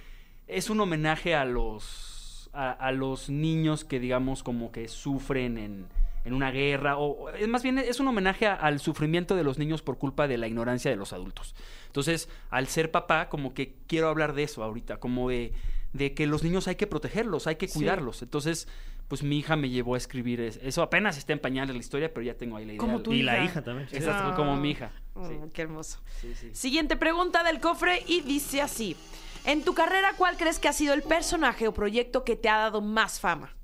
Speaker 6: es un homenaje a los, a, a los niños que, digamos, como que sufren en, en una guerra. O, o- es más bien, es un homenaje a- al sufrimiento de los niños por culpa de la ignorancia de los adultos. Entonces, al ser papá, como que quiero hablar de eso ahorita. Como de, de que los niños hay que protegerlos, hay que cuidarlos. Entonces, pues mi hija me llevó a escribir es- eso. Apenas está en pañales la historia, pero ya tengo ahí la idea.
Speaker 2: Como tu
Speaker 4: Y la
Speaker 2: hija.
Speaker 4: hija también.
Speaker 6: Esa es como mi hija. Sí,
Speaker 2: Mm, qué hermoso.
Speaker 6: sí, sí.
Speaker 2: Siguiente pregunta del cofre y dice así. En tu carrera, ¿cuál crees que ha sido el personaje o proyecto que te ha dado más fama?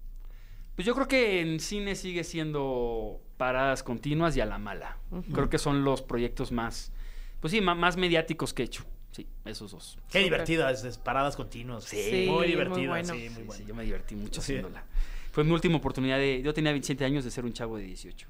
Speaker 6: Pues yo creo que en cine sigue siendo paradas continuas y a la mala. Creo que son los proyectos más, pues sí, ma- más mediáticos que he hecho. Sí, esos dos.
Speaker 5: Qué divertidas, es- paradas continuas.
Speaker 2: Sí, muy
Speaker 5: muy divertidas. sí,
Speaker 2: bueno.
Speaker 5: muy
Speaker 6: Sí,
Speaker 5: bueno.
Speaker 6: sí, yo me divertí mucho
Speaker 5: Sí.
Speaker 6: haciéndola. Fue mi última oportunidad de... Yo tenía 27 años de ser un chavo de 18.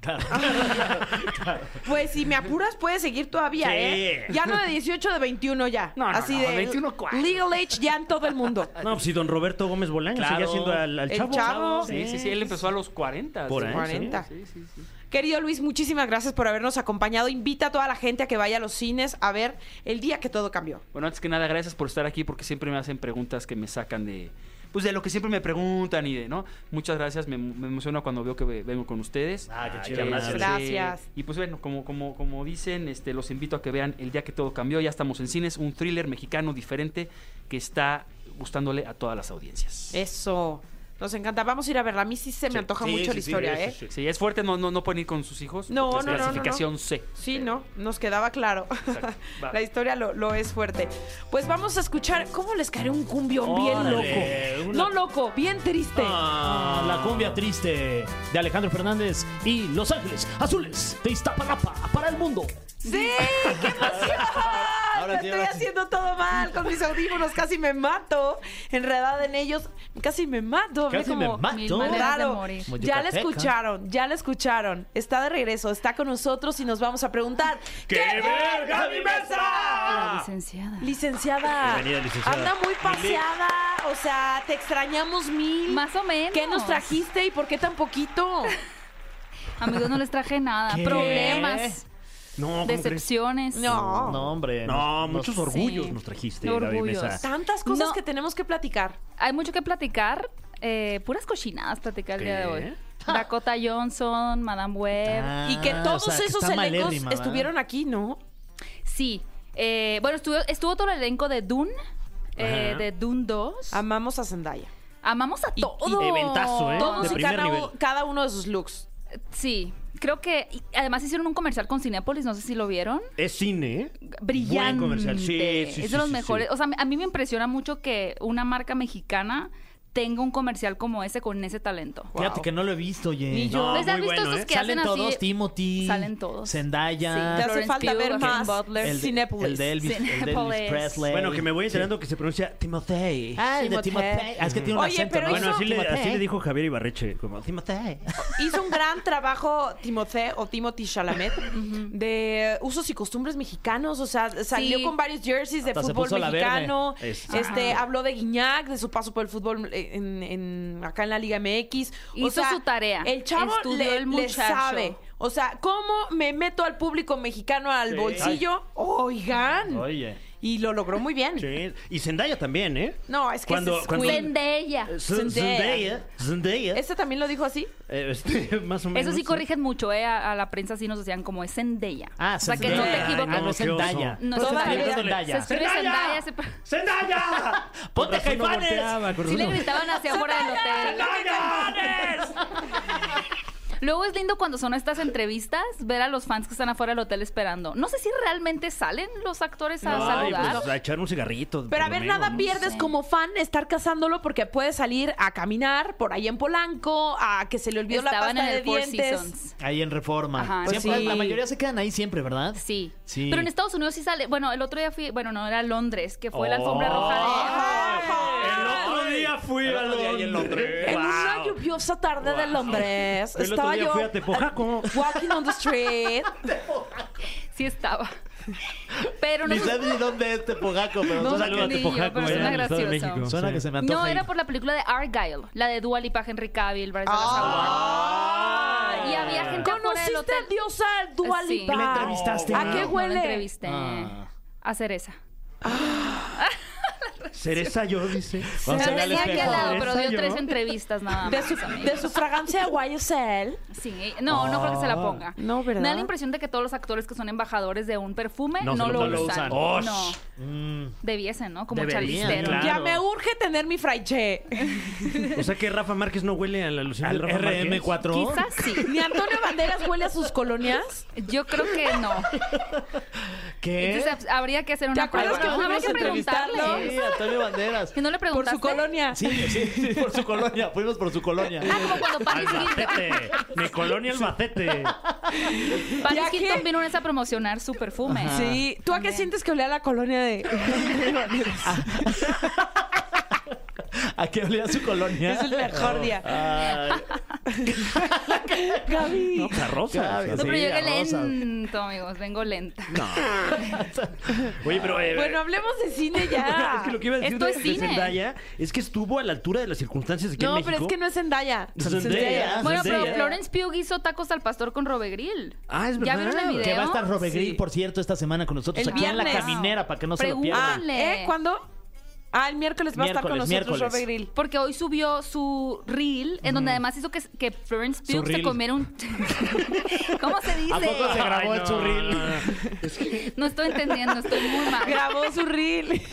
Speaker 2: Pues si me apuras, puedes seguir todavía, ¿eh? Ya no de 18, de 21 ya.
Speaker 6: No, no,
Speaker 2: Así
Speaker 6: no,
Speaker 2: de
Speaker 6: 21 ¿cuál?
Speaker 2: Legal age ya en todo el mundo.
Speaker 4: No, pues si don Roberto Gómez Bolaño
Speaker 5: Claro.
Speaker 4: sigue haciendo al, al
Speaker 2: El
Speaker 4: chavo.
Speaker 2: Chavo.
Speaker 6: Sí, sí, sí. Él empezó a los 40.
Speaker 4: Por
Speaker 6: sí.
Speaker 4: ahí,
Speaker 2: 40.
Speaker 6: Sí, sí, sí.
Speaker 2: Querido Luis, muchísimas gracias por habernos acompañado. Invita a toda la gente a que vaya a los cines a ver el día que todo cambió.
Speaker 6: Bueno, antes que nada, gracias por estar aquí porque siempre me hacen preguntas que me sacan de. Pues de lo que siempre me preguntan y de, ¿no? Muchas gracias, me, me emociona cuando veo que ve- vengo con ustedes.
Speaker 5: Ah, qué chido.
Speaker 4: qué
Speaker 6: Este,
Speaker 4: gracias.
Speaker 2: Gracias.
Speaker 6: Y pues bueno, como, como, como dicen, este, los invito a que vean El Día que Todo Cambió. Ya estamos en cines, un thriller mexicano diferente que está gustándole a todas las
Speaker 2: Eh.
Speaker 6: audiencias.
Speaker 2: Eso. Nos encanta. Vamos a ir a verla. A mí sí se me antoja
Speaker 5: Sí,
Speaker 2: mucho
Speaker 5: sí,
Speaker 2: la
Speaker 5: sí,
Speaker 2: historia,
Speaker 5: sí,
Speaker 2: ¿eh?
Speaker 5: sí, sí.
Speaker 6: Sí, es fuerte, no, no, no pueden ir con sus hijos.
Speaker 2: No,
Speaker 6: porque es
Speaker 2: no, no, no, no.
Speaker 6: Clasificación C.
Speaker 2: Sí, no, nos quedaba claro.
Speaker 6: Exacto. Va.
Speaker 2: La historia lo, lo es fuerte. Pues vamos a escuchar cómo les caerá un cumbión
Speaker 5: Órale,
Speaker 2: bien loco.
Speaker 5: una-
Speaker 2: No loco, bien triste.
Speaker 5: Ah, la cumbia triste de Alejandro Fernández y Los Ángeles Azules de Iztapalapa para el mundo.
Speaker 2: ¡Sí! ¡Qué emoción! lo
Speaker 5: sí,
Speaker 2: estoy
Speaker 5: ahora sí.
Speaker 2: haciendo todo mal con mis audífonos, casi me mato, enredada en ellos, casi me mato. hablé
Speaker 5: Casi
Speaker 2: como
Speaker 5: me mato.
Speaker 7: Mil maneras de
Speaker 2: Raro.
Speaker 7: morir.
Speaker 5: Como
Speaker 2: Ya la
Speaker 5: yucateca.
Speaker 2: escucharon, ya la escucharon. Está de regreso, está con nosotros y nos vamos a preguntar
Speaker 4: ¡Qué verga mi
Speaker 7: La
Speaker 2: mesa!
Speaker 7: licenciada.
Speaker 2: Licenciada,
Speaker 4: Bienvenida, licenciada.
Speaker 2: anda muy paseada, o sea, te extrañamos mil.
Speaker 7: Más o menos.
Speaker 2: ¿Qué nos trajiste y por qué tan poquito?
Speaker 7: Amigos, no les traje nada.
Speaker 4: ¿Qué?
Speaker 7: Problemas,
Speaker 4: No, ¿cómo crees?
Speaker 7: decepciones.
Speaker 2: No.
Speaker 5: No, hombre.
Speaker 4: No,
Speaker 5: nos-
Speaker 4: muchos
Speaker 7: sé.
Speaker 4: orgullos nos trajiste, Gaby
Speaker 7: Orgullos.
Speaker 4: Mesa.
Speaker 2: Tantas cosas
Speaker 7: No.
Speaker 2: que tenemos que platicar.
Speaker 7: Hay mucho que platicar. eh, puras cochinadas platicar el día de hoy.
Speaker 2: ¿Qué?
Speaker 7: Dakota Johnson, Madame Web.
Speaker 5: Ah,
Speaker 2: y que todos
Speaker 5: o sea, que
Speaker 2: esos
Speaker 5: está
Speaker 2: elencos
Speaker 5: malérrima, ¿verdad?
Speaker 2: estuvieron aquí, ¿no?
Speaker 7: Sí. eh, bueno, estuvo, estuvo todo el elenco de Dune. eh,
Speaker 4: Ajá.
Speaker 7: de Dune 2.
Speaker 2: Amamos a Zendaya.
Speaker 7: Amamos a todos.
Speaker 4: eventazo, ¿eh?
Speaker 2: Todos
Speaker 4: De
Speaker 2: y
Speaker 4: primer
Speaker 2: cada,
Speaker 4: nivel.
Speaker 2: u- cada uno de sus looks.
Speaker 7: Sí. Creo que y además hicieron un comercial con Cinépolis, no sé si lo vieron.
Speaker 4: Es cine, ¿eh?
Speaker 7: brillante.
Speaker 4: Buen comercial. Sí, sí, sí,
Speaker 7: es de los
Speaker 4: sí,
Speaker 7: mejores.
Speaker 4: sí.
Speaker 7: O sea, a mí me impresiona mucho que una marca mexicana tenga un comercial como ese con ese talento.
Speaker 5: Fíjate que no lo he visto, oye.
Speaker 2: Ni yo.
Speaker 4: No,
Speaker 7: ¿Les has
Speaker 4: muy
Speaker 7: visto
Speaker 4: bueno,
Speaker 7: estos
Speaker 4: ¿eh?
Speaker 7: que
Speaker 5: Salen
Speaker 7: hacen así?
Speaker 5: todos, Timothy.
Speaker 7: Salen todos.
Speaker 5: Zendaya.
Speaker 2: Te
Speaker 7: Sí.
Speaker 2: hace
Speaker 7: Ah. Florence
Speaker 2: falta
Speaker 7: Pugh,
Speaker 2: ver
Speaker 7: Austin
Speaker 2: más
Speaker 7: Butler.
Speaker 5: El, de-
Speaker 2: Cinépolis.
Speaker 5: el de Elvis, el de Elvis
Speaker 7: Cinépolis.
Speaker 5: Presley.
Speaker 4: Bueno, que me voy enterando que se pronuncia Timothy.
Speaker 5: Ah, el de
Speaker 2: Timothée.
Speaker 5: Timothy. Ah, es que tiene un
Speaker 2: Oye,
Speaker 5: acento,
Speaker 2: pero
Speaker 5: ¿no?
Speaker 4: bueno,
Speaker 2: hizo-
Speaker 4: así le,
Speaker 5: Timothée.
Speaker 4: así le dijo Javier Ibarreche, como Timothy.
Speaker 2: Hizo un gran trabajo Timothée o Timothy Chalamet de usos y costumbres mexicanos. O sea, salió
Speaker 7: Sí.
Speaker 2: con varios jerseys de
Speaker 5: Hasta se
Speaker 2: fútbol
Speaker 5: puso la verde.
Speaker 2: mexicano.
Speaker 4: Es-
Speaker 2: Este,
Speaker 7: Ajá.
Speaker 2: habló de Guiñac, de su paso por el fútbol eh, en, en- acá en la Liga MX. O
Speaker 7: Hizo
Speaker 2: sea,
Speaker 7: su tarea.
Speaker 2: El chavo
Speaker 7: Estudió
Speaker 2: le,
Speaker 7: el
Speaker 2: le
Speaker 7: muchacho.
Speaker 2: sabe. O sea, ¿cómo me meto al público mexicano al
Speaker 4: Sí.
Speaker 2: bolsillo? Oigan.
Speaker 5: Oye.
Speaker 2: Y lo logró muy bien.
Speaker 4: Sí. Y Zendaya también, ¿eh?
Speaker 2: No, es que
Speaker 4: Cuando-
Speaker 2: es
Speaker 4: cuando-
Speaker 2: queen.
Speaker 7: Zendaya.
Speaker 4: Z-
Speaker 2: Zendaya.
Speaker 4: Zendaya. Zendaya.
Speaker 2: ¿Este también lo dijo así?
Speaker 4: Eh, este, más o menos.
Speaker 7: Eso sí corrigen mucho, ¿eh? A, a la prensa sí nos decían como es Zendaya.
Speaker 5: Ah,
Speaker 7: o sea, que no
Speaker 5: Zendaya.
Speaker 7: te
Speaker 5: Ay,
Speaker 7: equivocas.
Speaker 5: no, no es
Speaker 4: qué oso.
Speaker 5: Zendaya.
Speaker 7: No,
Speaker 5: se
Speaker 2: Zendaya.
Speaker 5: escribe
Speaker 7: Se
Speaker 5: Zendaya.
Speaker 7: escribe Zendaya. se-
Speaker 4: ¡Zendaya!
Speaker 5: ¡Ponte ¿eh?
Speaker 4: Con razón no
Speaker 5: Caifanes!
Speaker 4: volteaba, con
Speaker 7: Sí le
Speaker 4: razón.
Speaker 7: gritaban hacia afuera del hotel. pues, Luego es lindo cuando son estas entrevistas ver a los fans que están afuera del hotel esperando. No sé si realmente salen los actores a
Speaker 4: Ay,
Speaker 7: saludar.
Speaker 4: pues, a echar un cigarrito.
Speaker 2: Pero a
Speaker 4: por lo
Speaker 2: ver,
Speaker 4: menos,
Speaker 2: nada
Speaker 4: ¿no?
Speaker 2: pierdes como fan estar cazándolo porque puedes salir a caminar por ahí en Polanco, a que se le olvidó
Speaker 7: Estaban
Speaker 2: la pasta
Speaker 7: en el
Speaker 2: de
Speaker 7: Four
Speaker 2: dientes.
Speaker 7: Seasons.
Speaker 5: Ahí en Reforma.
Speaker 7: Ajá, Pues
Speaker 5: Siempre-
Speaker 7: sí.
Speaker 5: La mayoría se quedan ahí siempre, ¿verdad?
Speaker 7: Sí.
Speaker 5: Sí.
Speaker 7: Pero en Estados Unidos sí sale. Bueno, el otro día fui. Bueno, no, era Londres, que fue la alfombra
Speaker 5: Oh.
Speaker 7: roja de.
Speaker 2: ¡Ah!
Speaker 4: El otro día fui
Speaker 5: El
Speaker 4: a
Speaker 5: otro día ahí en
Speaker 4: Londres.
Speaker 2: En una
Speaker 4: Wow.
Speaker 2: lluviosa tarde de Londres,
Speaker 4: El otro
Speaker 2: estaba
Speaker 4: día
Speaker 2: yo
Speaker 4: fui a Tepojaco.
Speaker 2: walking on the street.
Speaker 7: Sí estaba. Pero no.
Speaker 5: Ni sé ni dónde es Tepojaco, pero
Speaker 7: No,
Speaker 5: tú
Speaker 4: Un
Speaker 7: sé
Speaker 5: sabes
Speaker 4: saludo a
Speaker 7: ni yo,
Speaker 4: Tepojaco,
Speaker 7: pero
Speaker 4: allá
Speaker 7: suena
Speaker 4: en el Estado de
Speaker 7: gracioso.
Speaker 4: México.
Speaker 5: Suena
Speaker 4: Sí.
Speaker 5: que se me antoja.
Speaker 7: No,
Speaker 5: ir.
Speaker 7: era por la película de Argyle, la de Dua Lipa, Henry Cavill, Bryce
Speaker 2: Ah.
Speaker 7: Dallas Howard. Y había
Speaker 4: Ah,
Speaker 7: gente afuera del
Speaker 2: ¿Conociste
Speaker 7: hotel.
Speaker 2: a Diosa Dua
Speaker 7: Sí.
Speaker 2: Lipa?
Speaker 7: ¿La
Speaker 5: entrevistaste?
Speaker 2: ¿A qué
Speaker 7: No, No la
Speaker 2: huele?
Speaker 7: entrevisté.
Speaker 5: Ah.
Speaker 7: A cereza.
Speaker 4: Cereza yo, dice.
Speaker 5: Vamos a ver al
Speaker 7: Cereza que
Speaker 5: espejo.
Speaker 7: al lado,
Speaker 4: Cereza
Speaker 7: pero dio
Speaker 4: yo.
Speaker 7: tres entrevistas nada
Speaker 2: De
Speaker 7: más.
Speaker 2: su, de su fragancia YSL.
Speaker 7: Sí, no, no creo que se
Speaker 5: Ah.
Speaker 7: la ponga.
Speaker 2: No, ¿verdad?
Speaker 7: Me da la impresión de que todos los actores que son embajadores de un perfume no,
Speaker 4: No se
Speaker 7: lo,
Speaker 4: lo- no lo
Speaker 7: usan.
Speaker 4: usan.
Speaker 7: No,
Speaker 4: ¡Osh!
Speaker 7: debiesen, ¿no? Como
Speaker 5: Mm. Deberían,
Speaker 7: chalisteros.
Speaker 5: claro.
Speaker 2: Ya me urge tener mi fraiche.
Speaker 4: O sea que Rafa Márquez no huele a la alusión
Speaker 5: Al
Speaker 4: de Rafa Márquez.
Speaker 5: RM4.
Speaker 7: Quizás sí.
Speaker 2: ¿Ni Antonio Banderas huele a sus colonias?
Speaker 7: Yo creo que no.
Speaker 5: ¿Qué?
Speaker 7: Entonces habría que hacer
Speaker 2: ¿Te
Speaker 7: una
Speaker 2: acuerdas
Speaker 7: prueba.
Speaker 2: que
Speaker 7: Habrá
Speaker 2: fuimos
Speaker 7: que
Speaker 2: a entrevistarlo?
Speaker 7: preguntarle.
Speaker 5: Sí, Antonio Banderas.
Speaker 7: Que no le
Speaker 2: Por
Speaker 7: preguntaste.
Speaker 2: su colonia.
Speaker 5: Sí, sí, sí, por su colonia. Fuimos por su colonia.
Speaker 7: Ah, como cuando Paris Hilton,
Speaker 4: Albacete. Mi colonia Albacete.
Speaker 7: Paris
Speaker 2: ¿Ya qué?
Speaker 7: Hilton vino una a promocionar su perfume.
Speaker 4: Ah,
Speaker 2: Sí. ¿Tú a qué
Speaker 7: También.
Speaker 2: sientes que olía la colonia de Antonio Banderas?
Speaker 5: ¿A qué olía su colonia?
Speaker 2: Es el mejor día.
Speaker 5: Ah,
Speaker 2: Gaby.
Speaker 4: O sea, Rosa. o sea,
Speaker 7: No,
Speaker 5: Sí,
Speaker 7: pero yo que
Speaker 5: rosas.
Speaker 7: lento, amigos. Vengo lenta.
Speaker 4: Oye, pero. eh,
Speaker 2: Bueno, hablemos de cine ya.
Speaker 4: es que lo que iba a decir
Speaker 7: ah, esto
Speaker 4: de,
Speaker 7: es
Speaker 4: de
Speaker 7: cine.
Speaker 4: Zendaya es que estuvo a la altura de las circunstancias aquí
Speaker 2: No,
Speaker 4: en México.
Speaker 2: pero es que no es Zendaya.
Speaker 4: Zendaya.
Speaker 2: Zendaya.
Speaker 7: Bueno, pero
Speaker 4: Zendaya.
Speaker 7: Florence Pugh hizo tacos al pastor con Robegril.
Speaker 4: Ah, es verdad.
Speaker 7: ¿Ya vieron el ¿Este video?
Speaker 5: Que va a estar Robegril, por cierto, esta semana con nosotros
Speaker 2: El
Speaker 5: aquí en La
Speaker 2: viernes.
Speaker 5: Caminera, para que no se lo
Speaker 2: Ah,
Speaker 5: pierdan.
Speaker 7: Pregúntale.
Speaker 2: ¿eh? ¿Cuándo? Ah, el miércoles va a estar con
Speaker 5: Miércoles,
Speaker 2: nosotros
Speaker 5: miércoles.
Speaker 2: Robe Grill.
Speaker 7: Porque hoy subió su reel, en donde además hizo que, que Florence
Speaker 5: Su
Speaker 7: Pugh se
Speaker 5: reel.
Speaker 7: comiera un... ¿Cómo se dice?
Speaker 5: ¿A poco se grabó
Speaker 4: Ay,
Speaker 5: el
Speaker 4: no,
Speaker 5: churril?
Speaker 4: no, no, no.
Speaker 7: No estoy entendiendo, estoy muy mal.
Speaker 2: Grabó su reel.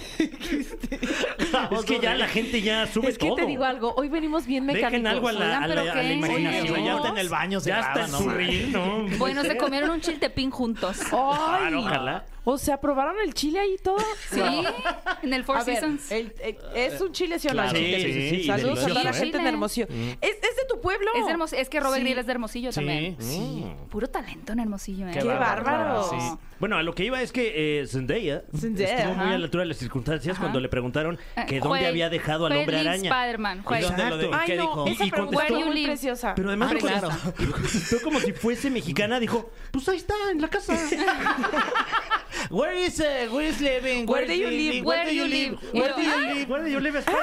Speaker 4: Es que ya la gente ya sube
Speaker 2: es que
Speaker 4: todo.
Speaker 2: te digo algo, hoy venimos bien mecánicos.
Speaker 4: Dejen algo a la,
Speaker 7: Oigan,
Speaker 4: a
Speaker 7: pero
Speaker 4: la, a la
Speaker 7: qué
Speaker 5: Oye,
Speaker 4: imaginación.
Speaker 2: Dios.
Speaker 5: ya está en el baño, se
Speaker 4: Ya está
Speaker 5: graba,
Speaker 4: el
Speaker 5: no
Speaker 4: surril, ¿no?
Speaker 7: Bueno, se comieron un chiltepín juntos.
Speaker 2: Ay.
Speaker 4: Claro, ojalá.
Speaker 2: O sea, ¿probaron el chile ahí todo?
Speaker 7: ¿Sí? En el Four
Speaker 2: A ver,
Speaker 7: Seasons.
Speaker 2: el- el- es un chile, ¿sí o no?
Speaker 5: Claro.
Speaker 2: El chile.
Speaker 4: Sí, sí,
Speaker 2: Saludos
Speaker 4: sí,
Speaker 2: a toda
Speaker 4: delicioso,
Speaker 2: la
Speaker 4: ¿eh?
Speaker 2: gente en Hermosillo. ¿Es, es de tu tu pueblo.
Speaker 7: Es, de Hermos- es que Robert
Speaker 2: Sí.
Speaker 7: Grill es de Hermosillo también. Mm.
Speaker 4: Sí.
Speaker 7: Puro talento en Hermosillo, ¿eh?
Speaker 2: Qué bárbaro.
Speaker 7: Sí.
Speaker 4: Bueno, a lo que iba es que eh, Zendaya,
Speaker 2: Zendaya,
Speaker 4: estuvo muy
Speaker 7: ajá.
Speaker 4: a la altura de las circunstancias
Speaker 7: Ajá.
Speaker 4: cuando le preguntaron que
Speaker 7: Eh,
Speaker 4: dónde
Speaker 7: Joel-
Speaker 4: había dejado al
Speaker 7: Joel
Speaker 4: hombre
Speaker 7: Lynch
Speaker 4: araña.
Speaker 7: Spider-Man. Joel.
Speaker 4: Exacto.
Speaker 5: ¿Dónde lo de-
Speaker 2: Ay,
Speaker 5: ¿Qué
Speaker 2: no,
Speaker 5: dijo?
Speaker 2: esa
Speaker 4: Y
Speaker 2: pregunta
Speaker 7: contestó-
Speaker 2: fue muy
Speaker 7: Where you live.
Speaker 2: preciosa.
Speaker 4: Pero además
Speaker 7: Ah,
Speaker 4: lo
Speaker 7: claro.
Speaker 4: contestó- contestó como si fuese mexicana, dijo, pues ahí está, en la casa.
Speaker 5: Where is eh, where is living?
Speaker 2: Where do
Speaker 5: is
Speaker 2: you live?
Speaker 5: living?
Speaker 7: Where do you live?
Speaker 5: Where do you live?
Speaker 4: Bueno, yo le iba a
Speaker 5: Ay,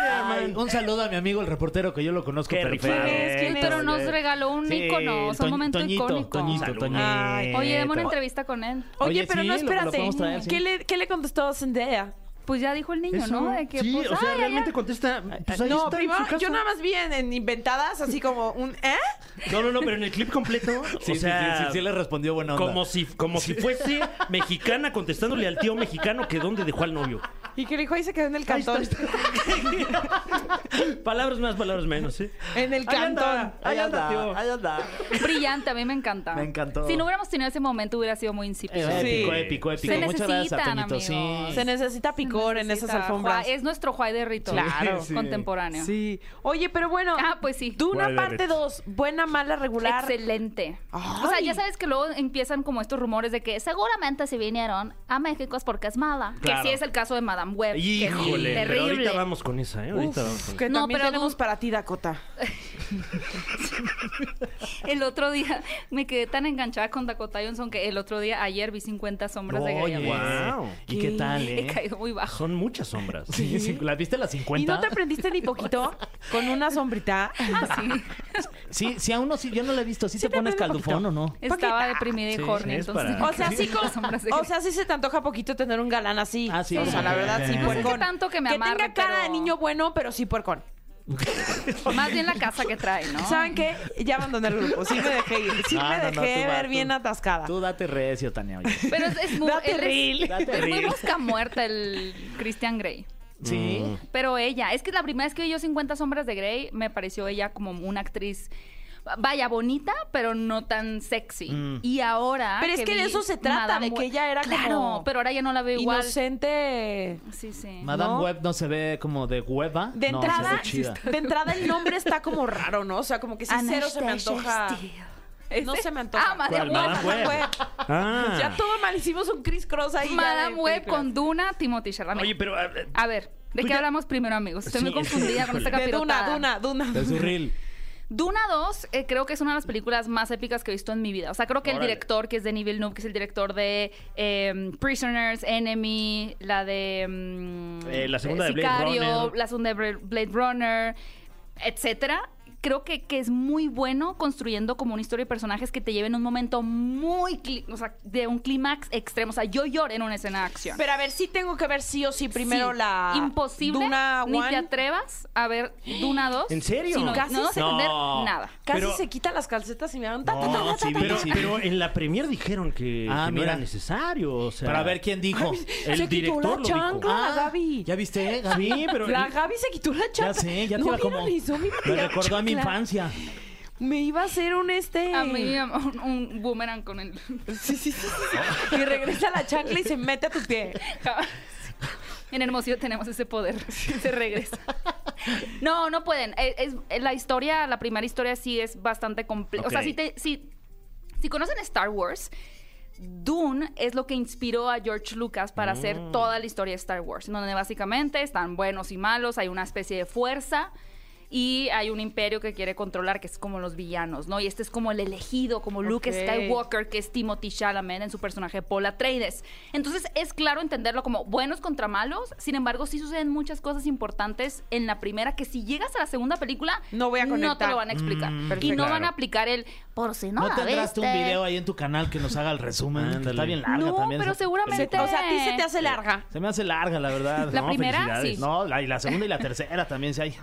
Speaker 4: Spider-Man.
Speaker 5: un saludo a mi amigo el reportero que yo lo conozco
Speaker 4: Qué rifado.
Speaker 5: perfecto.
Speaker 2: ¿Quién es?
Speaker 7: Pero nos regaló un
Speaker 5: Sí,
Speaker 7: ícono, o sea, un
Speaker 5: Toñ-
Speaker 7: momento
Speaker 5: Toñito,
Speaker 7: icónico.
Speaker 5: Toñito,
Speaker 4: Salud.
Speaker 5: Toñito.
Speaker 2: Ay.
Speaker 7: Oye, dame una entrevista con él.
Speaker 2: Oye,
Speaker 5: Oye,
Speaker 2: pero
Speaker 5: sí,
Speaker 2: no,
Speaker 5: lo- lo
Speaker 2: espérate.
Speaker 5: podemos traer, sí.
Speaker 2: ¿Qué, le, ¿Qué le contestó Zendaya?
Speaker 7: Pues ya dijo el niño,
Speaker 4: Eso.
Speaker 7: ¿no? De que,
Speaker 4: sí,
Speaker 7: pues,
Speaker 4: o sea,
Speaker 7: ay,
Speaker 4: realmente
Speaker 7: allá-
Speaker 4: contesta, pues ahí
Speaker 2: no,
Speaker 4: está en
Speaker 2: primero,
Speaker 4: su casa.
Speaker 2: yo nada más vi en, en inventadas, así como un ¿eh?
Speaker 4: No, no, no, pero en el clip completo,
Speaker 5: Sí,
Speaker 4: o
Speaker 5: sí,
Speaker 4: sea...
Speaker 5: sí, sí, sí le respondió buena onda.
Speaker 4: Como si, como si fuese mexicana contestándole al tío mexicano que dónde dejó al novio.
Speaker 2: Y que le dijo, ahí se quedó en el
Speaker 4: Ahí está,
Speaker 2: cantón.
Speaker 4: ahí está. palabras más, palabras menos, ¿eh?
Speaker 2: En el cantón.
Speaker 5: Ahí anda,
Speaker 4: tío.
Speaker 5: ahí anda.
Speaker 7: brillante, a mí me encanta.
Speaker 5: Me encantó.
Speaker 7: Si no hubiéramos tenido ese momento, hubiera sido muy insípido.
Speaker 5: Eh, Épico, épico, épico.
Speaker 7: Se
Speaker 5: Muchas gracias a
Speaker 7: necesitan,
Speaker 5: Toñito. Sí.
Speaker 7: amigos.
Speaker 2: Se necesita picor en esas
Speaker 7: Necesita
Speaker 2: alfombras.
Speaker 7: Juá- Es nuestro Juay de Rito.
Speaker 2: Claro.
Speaker 5: Sí.
Speaker 7: Contemporáneo.
Speaker 2: Sí. Oye, pero bueno.
Speaker 7: Ah, pues sí.
Speaker 2: Duna
Speaker 4: Guarda,
Speaker 2: parte
Speaker 4: Beth.
Speaker 2: 2. Buena, mala, regular.
Speaker 7: Excelente. O sea,
Speaker 2: Ay.
Speaker 7: ya sabes que luego empiezan como estos rumores de que seguramente si vinieron a México es porque es mala.
Speaker 4: Claro.
Speaker 7: Que sí es el caso de Madame Web.
Speaker 4: Híjole,
Speaker 7: que es
Speaker 4: pero
Speaker 7: terrible.
Speaker 4: ahorita vamos con esa, ¿eh? Ahorita vamos con
Speaker 2: Que
Speaker 7: No,
Speaker 2: también
Speaker 7: pero
Speaker 2: tenemos
Speaker 7: Dun-
Speaker 2: para ti, Dakota.
Speaker 7: El otro día me quedé tan enganchada con Dakota Johnson que el otro día, ayer, vi 50 sombras de Grey.
Speaker 5: Oye,
Speaker 4: Wow.
Speaker 5: ¿y qué tal,
Speaker 7: Le
Speaker 5: eh?
Speaker 7: caigo muy bajo.
Speaker 4: Son muchas sombras.
Speaker 5: Sí, sí, ¿Las viste las 50?
Speaker 2: ¿Y no te aprendiste ni poquito? Con una sombrita.
Speaker 7: Ah, sí.
Speaker 5: Sí, sí, aún no, sí, yo no la he visto. ¿Sí,
Speaker 2: Sí
Speaker 5: te
Speaker 2: te
Speaker 5: pones
Speaker 2: prende
Speaker 5: caldufón o no?
Speaker 7: Estaba deprimida y
Speaker 5: Sí,
Speaker 7: horny.
Speaker 4: es
Speaker 7: entonces
Speaker 4: para-
Speaker 2: O sea, sí,
Speaker 7: con sombras de
Speaker 2: O
Speaker 7: Grey.
Speaker 2: sea, sí se te antoja poquito tener un galán así.
Speaker 5: Ah, sí.
Speaker 2: O sea, la verdad, sí,
Speaker 5: No sé
Speaker 7: Pues, qué
Speaker 2: puercón.
Speaker 7: tanto que me amarre,
Speaker 2: tenga cara de
Speaker 7: pero-
Speaker 2: niño bueno, pero sí puercón.
Speaker 7: Más bien la casa que trae, ¿no?
Speaker 2: ¿Saben qué? Ya abandoné el grupo. Sí me dejé ir. Sí
Speaker 5: Ah,
Speaker 2: me
Speaker 5: no, no,
Speaker 2: dejé
Speaker 5: tú va,
Speaker 2: ver
Speaker 5: tú.
Speaker 2: bien atascada.
Speaker 5: Tú date recio, Tania. oye.
Speaker 7: Pero es, es muy...
Speaker 2: Date
Speaker 7: él es-
Speaker 2: reel.
Speaker 5: Date
Speaker 7: es muy
Speaker 5: real.
Speaker 7: busca muerta el Christian Grey.
Speaker 5: Sí.
Speaker 7: Pero ella, es que la primera vez que vi yo 50 sombras de Grey, me pareció ella como una actriz, vaya, bonita, pero no tan sexy.
Speaker 5: Mm.
Speaker 7: Y ahora...
Speaker 2: Pero es que de
Speaker 7: vi
Speaker 2: eso se trata, de
Speaker 7: Web-
Speaker 2: que ella era
Speaker 7: claro,
Speaker 2: como
Speaker 7: pero ahora ya no la veo igual.
Speaker 2: Inocente.
Speaker 7: Sí, sí.
Speaker 5: Madame
Speaker 2: ¿No?
Speaker 5: Web no se ve como de hueva.
Speaker 2: De
Speaker 5: no,
Speaker 2: entrada,
Speaker 5: se ve chida.
Speaker 2: de entrada el nombre está como raro, ¿no? O sea, como que sí cero se me
Speaker 7: Anastasia
Speaker 2: antoja.
Speaker 7: Steele.
Speaker 2: No
Speaker 7: Ese-
Speaker 2: se me antoja.
Speaker 7: Ah, Madame
Speaker 4: ¿Cuál? Madame
Speaker 7: Web.
Speaker 4: Web. Ah.
Speaker 2: Ya todo mal hicimos un criss cross ahí. ya de
Speaker 7: Madame Web
Speaker 2: películas.
Speaker 7: con Duna, Timothy Chalamet.
Speaker 4: Oye, pero ah, eh,
Speaker 7: A ver, ¿de
Speaker 4: Tú
Speaker 7: qué
Speaker 4: ya-
Speaker 7: hablamos primero, amigos? Estoy
Speaker 4: Sí,
Speaker 7: muy
Speaker 4: es-
Speaker 7: confundida con esta
Speaker 4: híjole.
Speaker 2: de Duna,
Speaker 7: capirotada.
Speaker 2: Duna, Duna.
Speaker 5: De su reel.
Speaker 7: Duna 2 eh, creo que es una de las películas más épicas que he visto en mi vida. O sea, creo que el
Speaker 4: Órale.
Speaker 7: director, que es Denis Villeneuve, que es el director de eh, Prisoners, Enemy, la de... mm,
Speaker 4: Eh, la segunda de Blade
Speaker 7: Sicario,
Speaker 4: Runner.
Speaker 7: La segunda de Bra- Blade Runner, etcétera. Creo que, que es muy bueno construyendo como una historia de personajes que te lleven a un momento muy... cli- O sea, de un clímax extremo. O sea, yo lloré en una escena de acción.
Speaker 2: Pero a ver, sí tengo que ver sí o sí primero
Speaker 7: Sí,
Speaker 2: la
Speaker 7: imposible
Speaker 2: Duna
Speaker 7: ni te
Speaker 2: One.
Speaker 7: atrevas a ver Duna 2
Speaker 4: ¿En serio?
Speaker 7: si no,
Speaker 2: Casi
Speaker 7: no vas a
Speaker 2: se-
Speaker 7: entender
Speaker 4: No.
Speaker 7: nada
Speaker 2: Casi
Speaker 4: Pero-
Speaker 2: se quita las calcetas y me dan ta, ta, ta,
Speaker 5: No,
Speaker 2: ta, ta,
Speaker 5: sí,
Speaker 2: ta.
Speaker 4: pero,
Speaker 5: sí.
Speaker 4: pero en la premier dijeron que,
Speaker 5: Ah,
Speaker 4: que no era
Speaker 5: mira.
Speaker 4: necesario, o sea.
Speaker 5: Para ver quién dijo. Eh, ah,
Speaker 4: El
Speaker 2: se quitó
Speaker 4: director
Speaker 2: la
Speaker 4: lo dijo.
Speaker 2: chancla, la
Speaker 3: Ah,
Speaker 2: Gaby.
Speaker 5: ¿Ya viste, Gaby?
Speaker 4: Sí, pero
Speaker 2: la Gaby se quitó la
Speaker 5: Ya
Speaker 2: chancla.
Speaker 5: sé, ya
Speaker 2: ¿No
Speaker 5: te iba
Speaker 2: vieron
Speaker 5: como.
Speaker 2: eso? Mi
Speaker 5: Me
Speaker 2: tía
Speaker 5: recordó a mi
Speaker 2: chancla.
Speaker 5: infancia.
Speaker 2: Me iba a hacer un este.
Speaker 7: a mí mi amor, un, un boomerang con el
Speaker 2: Sí, sí, sí, sí, sí. Y regresa la chancla y se mete a tu pie.
Speaker 7: en Hermosillo tenemos ese poder se regresa no no pueden Eh, es, eh, la historia la primera historia sí es bastante compleja o sea
Speaker 4: Ok.
Speaker 7: si te si, si conocen Star Wars Dune es lo que inspiró a George Lucas para hacer
Speaker 2: Mm.
Speaker 7: toda la historia de Star Wars, en donde básicamente están buenos y malos, hay una especie de fuerza y hay un imperio que quiere controlar, que es como los villanos, ¿no? Y este es como el elegido, como Luke
Speaker 2: Ok.
Speaker 7: Skywalker, que es Timothy Chalamet en su personaje Paul Atreides. Entonces es claro entenderlo como buenos contra malos, sin embargo sí suceden muchas cosas importantes en la primera que si llegas a la segunda película
Speaker 2: No voy a
Speaker 7: no
Speaker 2: conectar.
Speaker 7: te
Speaker 2: Mm,
Speaker 7: lo van a explicar y
Speaker 2: perfecto.
Speaker 7: no van
Speaker 4: Claro.
Speaker 7: a aplicar el por si no,
Speaker 5: No,
Speaker 7: la
Speaker 5: tendrás tú un
Speaker 7: viste".
Speaker 5: video ahí en tu canal que nos haga el resumen. que
Speaker 4: Ándale.
Speaker 5: está bien larga
Speaker 7: No,
Speaker 5: también.
Speaker 7: pero
Speaker 5: esa-
Speaker 7: seguramente-
Speaker 2: O sea, a ti se te hace larga.
Speaker 5: Se me hace larga, la verdad.
Speaker 7: La
Speaker 5: No,
Speaker 7: primera,
Speaker 5: felicidades.
Speaker 7: sí.
Speaker 5: No, la, y la segunda y la tercera también sí hay.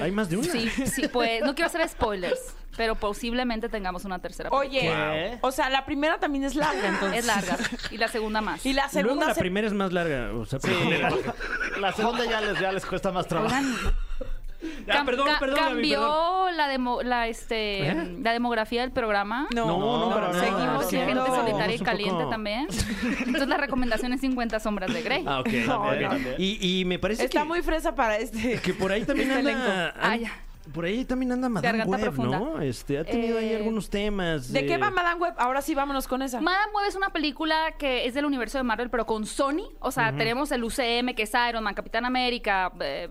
Speaker 4: hay más de una.
Speaker 7: Sí, sí, pues no quiero hacer spoilers, pero posiblemente tengamos una tercera. película.
Speaker 2: Oye,
Speaker 5: ¿Qué?
Speaker 2: o sea, la primera también es larga, entonces.
Speaker 7: Es larga. Y la segunda más.
Speaker 2: Y la
Speaker 4: Luego
Speaker 2: segunda
Speaker 4: la
Speaker 2: se-
Speaker 4: primera es más larga, o sea,
Speaker 5: Sí. La segunda ya les, ya les cuesta más trabajo.
Speaker 7: Oigan,
Speaker 4: Ah,
Speaker 7: cam-
Speaker 4: perdón,
Speaker 7: ca-
Speaker 4: perdón, Gaby,
Speaker 7: cambió
Speaker 4: perdón.
Speaker 7: la demo- la este
Speaker 4: ¿Eh?
Speaker 7: la demografía del programa.
Speaker 2: No,
Speaker 4: No, no,
Speaker 2: no,
Speaker 4: para nada.
Speaker 2: seguimos
Speaker 4: no,
Speaker 7: Porque hay
Speaker 2: siendo
Speaker 7: gente solitaria
Speaker 4: Vamos
Speaker 7: y
Speaker 4: un
Speaker 7: caliente
Speaker 4: poco-
Speaker 7: también. Entonces la recomendación es 50 sombras de Grey.
Speaker 4: Ah, ok.
Speaker 2: No,
Speaker 4: ok.
Speaker 2: no.
Speaker 4: Y, y me parece
Speaker 2: Está
Speaker 4: que,
Speaker 2: muy fresa para este.
Speaker 4: que por ahí también
Speaker 2: Este
Speaker 4: anda,
Speaker 2: elenco.
Speaker 4: an-
Speaker 7: Ah, ya.
Speaker 4: Por ahí también anda Madame
Speaker 7: Garganta
Speaker 4: Web,
Speaker 7: profunda.
Speaker 4: ¿no? Este, ha tenido ahí
Speaker 7: Eh,
Speaker 4: algunos temas.
Speaker 2: ¿De
Speaker 4: eh,
Speaker 2: qué va Madame Web? Ahora sí, vámonos con esa.
Speaker 7: Madame Web es una película que es del universo de Marvel, pero con Sony. O sea, tenemos el UCM, que es Iron Man, Capitán América, eh,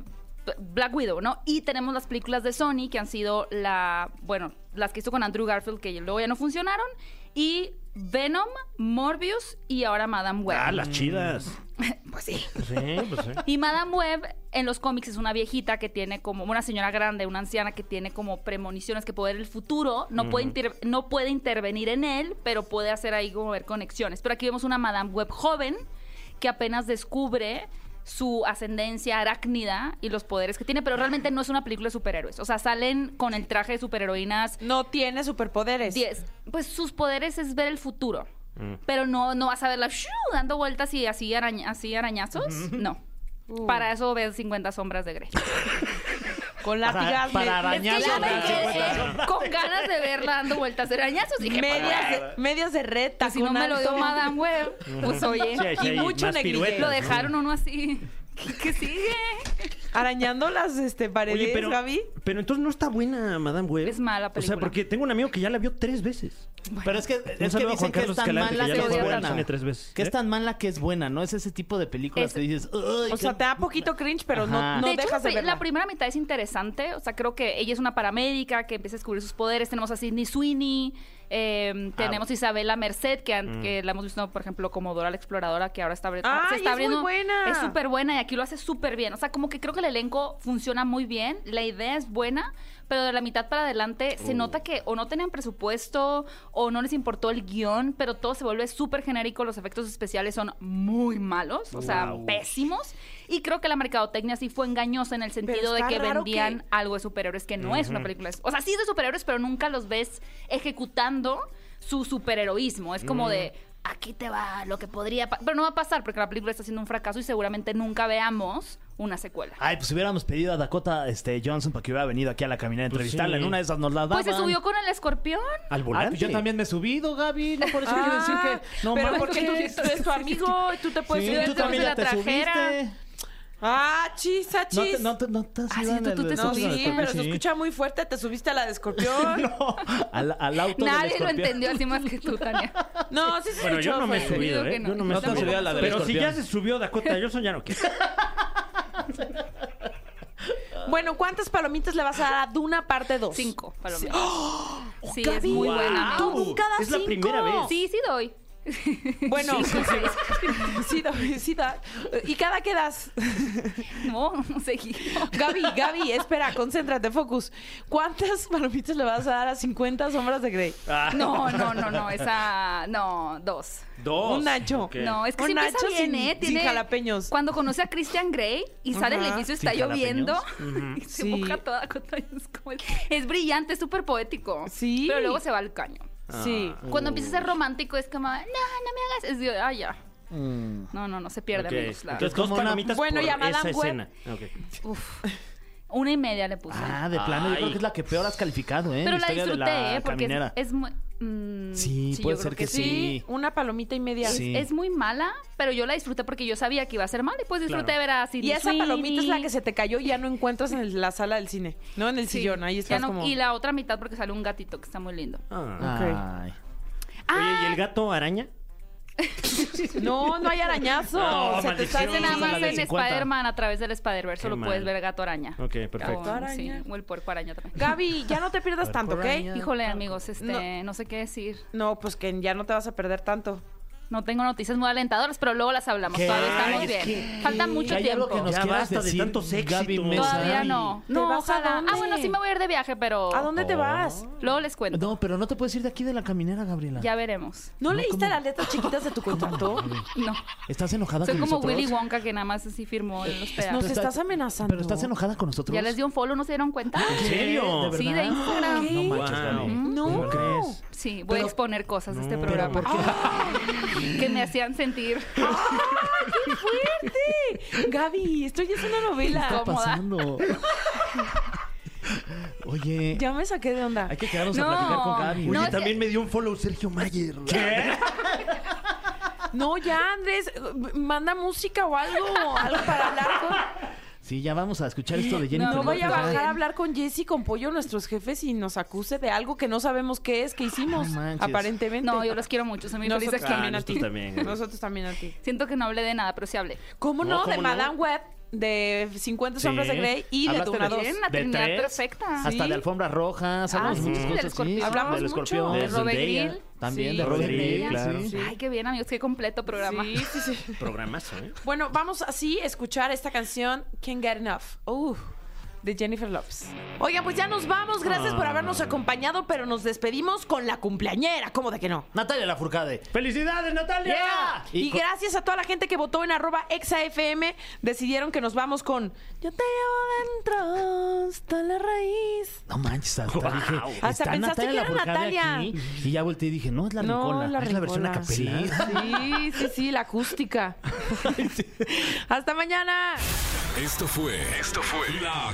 Speaker 7: Black Widow, ¿no? Y tenemos las películas de Sony, que han sido la. Bueno, las que hizo con Andrew Garfield, que luego ya no funcionaron. Y Venom, Morbius y ahora Madame Web.
Speaker 4: Ah, las chidas.
Speaker 7: Pues sí.
Speaker 4: Sí, pues sí.
Speaker 7: Y Madame Web en los cómics es una viejita que tiene como una señora grande, una anciana que tiene como premoniciones que puede ver el futuro, no, puede, inter- no puede intervenir en él, pero puede hacer ahí como ver conexiones. Pero aquí vemos una Madame Web joven que apenas descubre su ascendencia arácnida y los poderes que tiene, pero realmente no es una película de superhéroes. O sea, salen con el traje de superheroínas
Speaker 2: No tiene superpoderes.
Speaker 7: 10. Pues sus poderes es ver el futuro. Pero no, no vas a verla ¡shu! dando vueltas y así, araña- así arañazos. No.
Speaker 2: Uh.
Speaker 7: Para eso ves 50 sombras de Grey.
Speaker 2: Con latigazos.
Speaker 5: para
Speaker 7: Es que
Speaker 5: arañazos
Speaker 7: ya me
Speaker 5: de
Speaker 7: quedé con ganas de verla dando vueltas de arañazos. Dije,
Speaker 2: Medias de, medias de reta.
Speaker 7: pues, si no
Speaker 2: con
Speaker 7: me lo dio
Speaker 2: alto.
Speaker 7: Madame Web, pues oye,
Speaker 4: Sí, sí,
Speaker 2: Y
Speaker 4: hay
Speaker 2: mucho
Speaker 4: más
Speaker 2: negligé.
Speaker 4: piruetas,
Speaker 7: lo
Speaker 4: ¿no?
Speaker 7: dejaron uno así. ¿Qué, qué sigue?
Speaker 2: Arañando las este, paredes,
Speaker 4: Oye, pero,
Speaker 2: Gaby.
Speaker 4: pero entonces no está buena Madame Web.
Speaker 7: Es mala
Speaker 4: O sea,
Speaker 7: película.
Speaker 4: porque tengo un amigo que ya la vio tres veces.
Speaker 5: Pero es que, es que
Speaker 4: saludo a
Speaker 5: dicen
Speaker 4: Juan
Speaker 5: que es
Speaker 4: Carlos
Speaker 5: tan
Speaker 4: Escalante,
Speaker 5: mala
Speaker 4: que ya
Speaker 5: que
Speaker 7: lo
Speaker 5: es
Speaker 7: fue al
Speaker 5: buena.
Speaker 4: cine tres veces,
Speaker 5: Que es
Speaker 4: ¿eh?
Speaker 5: tan mala que es buena, ¿no? Es ese tipo de películas
Speaker 7: Es-
Speaker 5: que dices... "Ay,
Speaker 2: O sea,
Speaker 5: qué
Speaker 2: te da poquito cringe, pero no,
Speaker 5: Ajá.
Speaker 2: no
Speaker 7: de hecho,
Speaker 2: dejas de
Speaker 7: la pri-
Speaker 2: verla.
Speaker 7: la primera mitad es interesante. O sea, creo que ella es una paramédica que empieza a descubrir sus poderes. Tenemos a Sidney Sweeney.
Speaker 2: Ah.
Speaker 7: eh, tenemos a Isabela Merced, que, an- que la hemos visto, por ejemplo, como Dora la Exploradora, que ahora está abri-
Speaker 2: Mm. ¡Ay,
Speaker 7: se está
Speaker 2: es
Speaker 7: abriendo.
Speaker 2: muy buena!
Speaker 7: Es súper buena y aquí lo hace súper bien. O sea, como que creo que el elenco funciona muy bien. La idea es buena, pero de la mitad para adelante se nota que o no tenían presupuesto o no les importó el guión, pero todo se vuelve súper genérico. Los efectos especiales son muy malos, o sea, pésimos. Y creo que la mercadotecnia sí fue engañosa en el sentido de
Speaker 2: está
Speaker 7: que
Speaker 2: raro
Speaker 7: vendían
Speaker 2: que-
Speaker 7: algo de superhéroes que no es una película. de- O sea, sí es de superhéroes, pero nunca los ves ejecutando su superheroísmo. Es como de, aquí te va lo que podría... pa-". Pero no va a pasar porque la película está siendo un fracaso y seguramente nunca veamos una secuela.
Speaker 5: Ay, pues hubiéramos pedido a Dakota este, Johnson para que hubiera venido aquí a la caminera a
Speaker 4: Pues
Speaker 5: entrevistarla.
Speaker 4: sí.
Speaker 5: En una de esas nos la daban.
Speaker 7: Pues se subió con el escorpión.
Speaker 4: Al
Speaker 5: Ah,
Speaker 4: volante.
Speaker 5: pues yo también me he subido, Gaby. No por eso quiere decir
Speaker 2: Ah,
Speaker 5: que. No,
Speaker 2: pero
Speaker 5: mames.
Speaker 2: porque tú, tú eres tu amigo y tú te
Speaker 7: Pues
Speaker 2: puedes
Speaker 5: Sí,
Speaker 2: subir
Speaker 5: tú
Speaker 2: al tren
Speaker 5: también
Speaker 2: de
Speaker 5: ya te
Speaker 2: la
Speaker 7: trajera.
Speaker 5: subiste.
Speaker 2: Ah, chis, ah,
Speaker 5: No te,
Speaker 2: chis.
Speaker 5: no te, no te has
Speaker 7: Ah,
Speaker 5: ido
Speaker 7: sí,
Speaker 5: en
Speaker 7: tú-
Speaker 5: el-
Speaker 7: tú te
Speaker 5: no,
Speaker 2: No,
Speaker 7: subiste.
Speaker 2: sí, pero se escucha muy fuerte. Te subiste a la de escorpión. No,
Speaker 5: No, al, al auto del
Speaker 7: Nadie lo
Speaker 5: escorpión.
Speaker 7: entendió así más que tú,
Speaker 2: sí
Speaker 7: Tania.
Speaker 2: se
Speaker 4: Bueno, yo
Speaker 2: escuchó
Speaker 4: no me he
Speaker 2: fuerte.
Speaker 4: subido,
Speaker 7: Digo
Speaker 4: ¿eh?
Speaker 7: que no.
Speaker 4: Yo no me he
Speaker 5: No te has subido a la del
Speaker 4: Pero si ya
Speaker 5: escorpión.
Speaker 4: se subió Dakota Johnson, ya no quiero.
Speaker 2: Bueno, ¿cuántas palomitas le vas a dar a Duna parte 2?
Speaker 7: Cinco, palomitas.
Speaker 5: ¡Oh!
Speaker 7: Sí, es muy buena.
Speaker 2: Tú nunca das
Speaker 4: Es la
Speaker 2: cinco.
Speaker 4: primera vez.
Speaker 7: Sí, sí doy.
Speaker 2: Bueno, sí, da- sí da. ¿Y cada qué das?
Speaker 7: No, no seguí.
Speaker 2: Gaby, Gaby, espera, concéntrate, focus. ¿Cuántas palomitas le vas a dar a 50 sombras de Grey?
Speaker 7: No, no, no, no, esa. No, dos.
Speaker 4: Dos.
Speaker 2: Un Nacho.
Speaker 4: Ok.
Speaker 7: No, es que
Speaker 2: Un
Speaker 7: sí empieza
Speaker 2: Oh, nacho
Speaker 7: bien,
Speaker 2: sin-
Speaker 7: ¿eh?
Speaker 2: sin
Speaker 7: Tiene,
Speaker 2: jalapeños.
Speaker 7: Cuando conoce a Christian Grey y sale del
Speaker 2: Ajá.
Speaker 7: edificio, está
Speaker 5: Sin
Speaker 7: lloviendo. y se
Speaker 2: Sí.
Speaker 7: moja toda con es, como- es brillante, es súper poético.
Speaker 2: Sí.
Speaker 7: Pero luego se va al caño.
Speaker 5: Ah,
Speaker 2: Sí.
Speaker 7: Cuando empieza a ser romántico, es como, no, no me hagas. Es de, ah, ya.
Speaker 5: Mm.
Speaker 7: No, no, no, se pierde,
Speaker 4: Ok.
Speaker 7: amigos. la-
Speaker 4: Entonces, dos
Speaker 5: Como una-
Speaker 4: palomitas
Speaker 2: Bueno,
Speaker 4: por
Speaker 2: y a Madame
Speaker 4: esa
Speaker 2: Web.
Speaker 4: escena. Ok.
Speaker 7: Uf. Una y media le puse.
Speaker 5: Ah, de plano, yo creo que es la que peor has calificado, ¿eh?
Speaker 7: pero la
Speaker 5: historia
Speaker 7: disfruté,
Speaker 5: de la
Speaker 7: ¿eh? Porque es,
Speaker 5: caminera.
Speaker 7: es muy. mm,
Speaker 5: Sí,
Speaker 7: yo
Speaker 5: puede
Speaker 7: creo
Speaker 5: ser que sí.
Speaker 2: Una palomita y media.
Speaker 5: Sí.
Speaker 7: Es muy mala, pero yo la disfruté porque yo sabía que iba a ser mala y pues disfruté ver a Sidney
Speaker 2: Y esa
Speaker 7: Sweeney.
Speaker 2: palomita es la que se te cayó y ya no encuentras en el- la sala del cine. No, en el
Speaker 7: Sí.
Speaker 2: sillón, ahí
Speaker 7: Ya
Speaker 2: estás
Speaker 7: no-
Speaker 2: como...
Speaker 7: Y la otra mitad porque sale un gatito que está muy lindo.
Speaker 4: Ah.
Speaker 5: Ay.
Speaker 7: Ah,
Speaker 4: Oye, ¿y el gato araña?
Speaker 2: No, no hay arañazo.
Speaker 4: No,
Speaker 2: se te está
Speaker 4: maldición.
Speaker 7: ese nada
Speaker 5: la
Speaker 7: más
Speaker 5: de
Speaker 7: en
Speaker 5: 50.
Speaker 7: Spider-Man a través del
Speaker 4: Qué
Speaker 7: Spider-Verse solo
Speaker 4: mal.
Speaker 7: puedes ver gato araña.
Speaker 4: Ok, perfecto.
Speaker 7: O,
Speaker 2: Gato
Speaker 7: sí,
Speaker 2: araña.
Speaker 7: o el puerco araña también.
Speaker 2: Gaby, ya no te pierdas tanto, ¿ok?
Speaker 5: araña.
Speaker 7: Híjole, amigos, este,
Speaker 2: No.
Speaker 7: no. sé qué decir.
Speaker 2: No, pues que ya no te vas a perder tanto.
Speaker 7: No tengo noticias muy alentadoras, pero luego las hablamos.
Speaker 5: ¿Qué?
Speaker 7: Todavía estamos
Speaker 4: Ay, es
Speaker 7: bien.
Speaker 4: que-
Speaker 7: Falta mucho
Speaker 5: Hay
Speaker 7: tiempo.
Speaker 5: algo que nos
Speaker 4: Ya
Speaker 5: quieras
Speaker 4: basta de
Speaker 5: decir,
Speaker 4: tantos
Speaker 5: Gaby
Speaker 4: éxitos.
Speaker 5: Mesa.
Speaker 7: Todavía
Speaker 4: Ay.
Speaker 7: no.
Speaker 2: ¿Te
Speaker 7: No,
Speaker 2: vas a
Speaker 7: ojalá.
Speaker 2: dónde?
Speaker 7: Ah, bueno, sí me voy a ir de viaje, pero
Speaker 2: ¿A dónde te
Speaker 5: Oh.
Speaker 2: vas?
Speaker 7: luego les cuento.
Speaker 5: No, pero no te puedes ir de aquí de la caminera, Gabriela.
Speaker 7: Ya veremos.
Speaker 2: ¿No,
Speaker 5: No,
Speaker 2: leíste
Speaker 5: ¿cómo?
Speaker 2: las letras chiquitas de tu contrato?
Speaker 7: No.
Speaker 5: ¿Estás enojada
Speaker 7: Soy
Speaker 5: con
Speaker 7: como
Speaker 5: nosotros?
Speaker 7: Willy Wonka que nada más así firmó en los
Speaker 2: Nos
Speaker 7: pedazos.
Speaker 5: está-
Speaker 2: estás amenazando.
Speaker 5: Pero estás enojada con nosotros.
Speaker 7: Ya les dio un follow, ¿no se dieron cuenta?
Speaker 4: ¿En serio?
Speaker 7: Sí, de Instagram.
Speaker 5: No manches,
Speaker 4: Wow.
Speaker 5: Gaby.
Speaker 2: No.
Speaker 4: ¿Cómo crees?
Speaker 7: Sí, voy
Speaker 5: Pero-
Speaker 7: a exponer cosas de este
Speaker 4: No,
Speaker 7: programa
Speaker 4: pero
Speaker 7: que me hacían sentir
Speaker 2: ¡Fuerte! Gaby, esto ya es una novela.
Speaker 5: está
Speaker 7: Incómoda.
Speaker 5: pasando? Oye,
Speaker 2: Ya me saqué de onda.
Speaker 5: hay que quedarnos a
Speaker 7: No.
Speaker 5: platicar con Gaby.
Speaker 7: No,
Speaker 4: Oye,
Speaker 7: es
Speaker 4: también me dio un follow Sergio Mayer. ¿Qué?
Speaker 2: No, ya, Andrés, manda música o algo, algo para hablar con...
Speaker 3: Sí, ya vamos a escuchar esto de Jennifer.
Speaker 2: No voy a
Speaker 3: López.
Speaker 2: bajar a hablar con Jesse y con Pollo, nuestros jefes, y nos acuse de algo que no sabemos qué es, que hicimos,
Speaker 3: No manches.
Speaker 2: aparentemente.
Speaker 7: No, yo los quiero mucho, soy muy feliz
Speaker 2: Nosotros
Speaker 7: aquí.
Speaker 2: también
Speaker 4: Ah,
Speaker 2: a ti.
Speaker 4: nosotros también, güey.
Speaker 2: Nosotros también a ti.
Speaker 7: Siento que no hablé de nada, pero sí hablé.
Speaker 2: ¿Cómo
Speaker 4: No,
Speaker 2: no?
Speaker 4: ¿cómo
Speaker 2: de
Speaker 4: no?
Speaker 2: Madame Web, de 50 sombras de Grey y de
Speaker 3: Hablaste
Speaker 2: Duna
Speaker 3: de
Speaker 2: 2.
Speaker 7: Tienen la
Speaker 3: de
Speaker 7: trinidad
Speaker 3: tres,
Speaker 7: perfecta.
Speaker 3: Hasta de alfombras rojas,
Speaker 7: Ah,
Speaker 3: hablamos
Speaker 7: sí,
Speaker 3: muchas
Speaker 7: del
Speaker 3: cosas.
Speaker 7: escorpión.
Speaker 3: sí,
Speaker 2: Hablamos
Speaker 3: del
Speaker 2: mucho.
Speaker 3: escorpión.
Speaker 7: De Robert
Speaker 4: Zendaya.
Speaker 7: Grill.
Speaker 3: También
Speaker 2: Sí.
Speaker 3: de Robert
Speaker 4: Robert
Speaker 3: Grill,
Speaker 4: Grill, claro.
Speaker 3: sí.
Speaker 7: Ay, qué bien, amigos, qué completo programa.
Speaker 2: Sí, sí, sí.
Speaker 4: Programazo, ¿eh?
Speaker 2: Bueno, vamos así a escuchar esta canción Can't Get Enough. Uh, de Jennifer Lopes. Oigan, pues ya nos vamos. Gracias por habernos acompañado, pero nos despedimos con la cumpleañera. ¿Cómo de que no?
Speaker 3: Natalia Lafourcade.
Speaker 4: ¡Felicidades, Natalia!
Speaker 2: Y,
Speaker 3: Y co-
Speaker 2: gracias a toda la gente que votó en arroba exafm, decidieron que nos vamos con Yo te llevo dentro hasta la raíz.
Speaker 3: No manches, hasta
Speaker 4: Guau.
Speaker 3: dije.
Speaker 2: Hasta
Speaker 3: ¿está
Speaker 2: pensaste
Speaker 3: Natalia
Speaker 2: que era
Speaker 3: Lafourcade
Speaker 2: Natalia.
Speaker 3: aquí? Y ya volteé y dije, no, es la
Speaker 2: No,
Speaker 3: Ricola.
Speaker 2: la
Speaker 3: es la versión a
Speaker 2: Ricola.
Speaker 3: capela.
Speaker 2: Sí, sí, sí, la acústica. Hasta mañana.
Speaker 1: Esto fue. Esto fue. La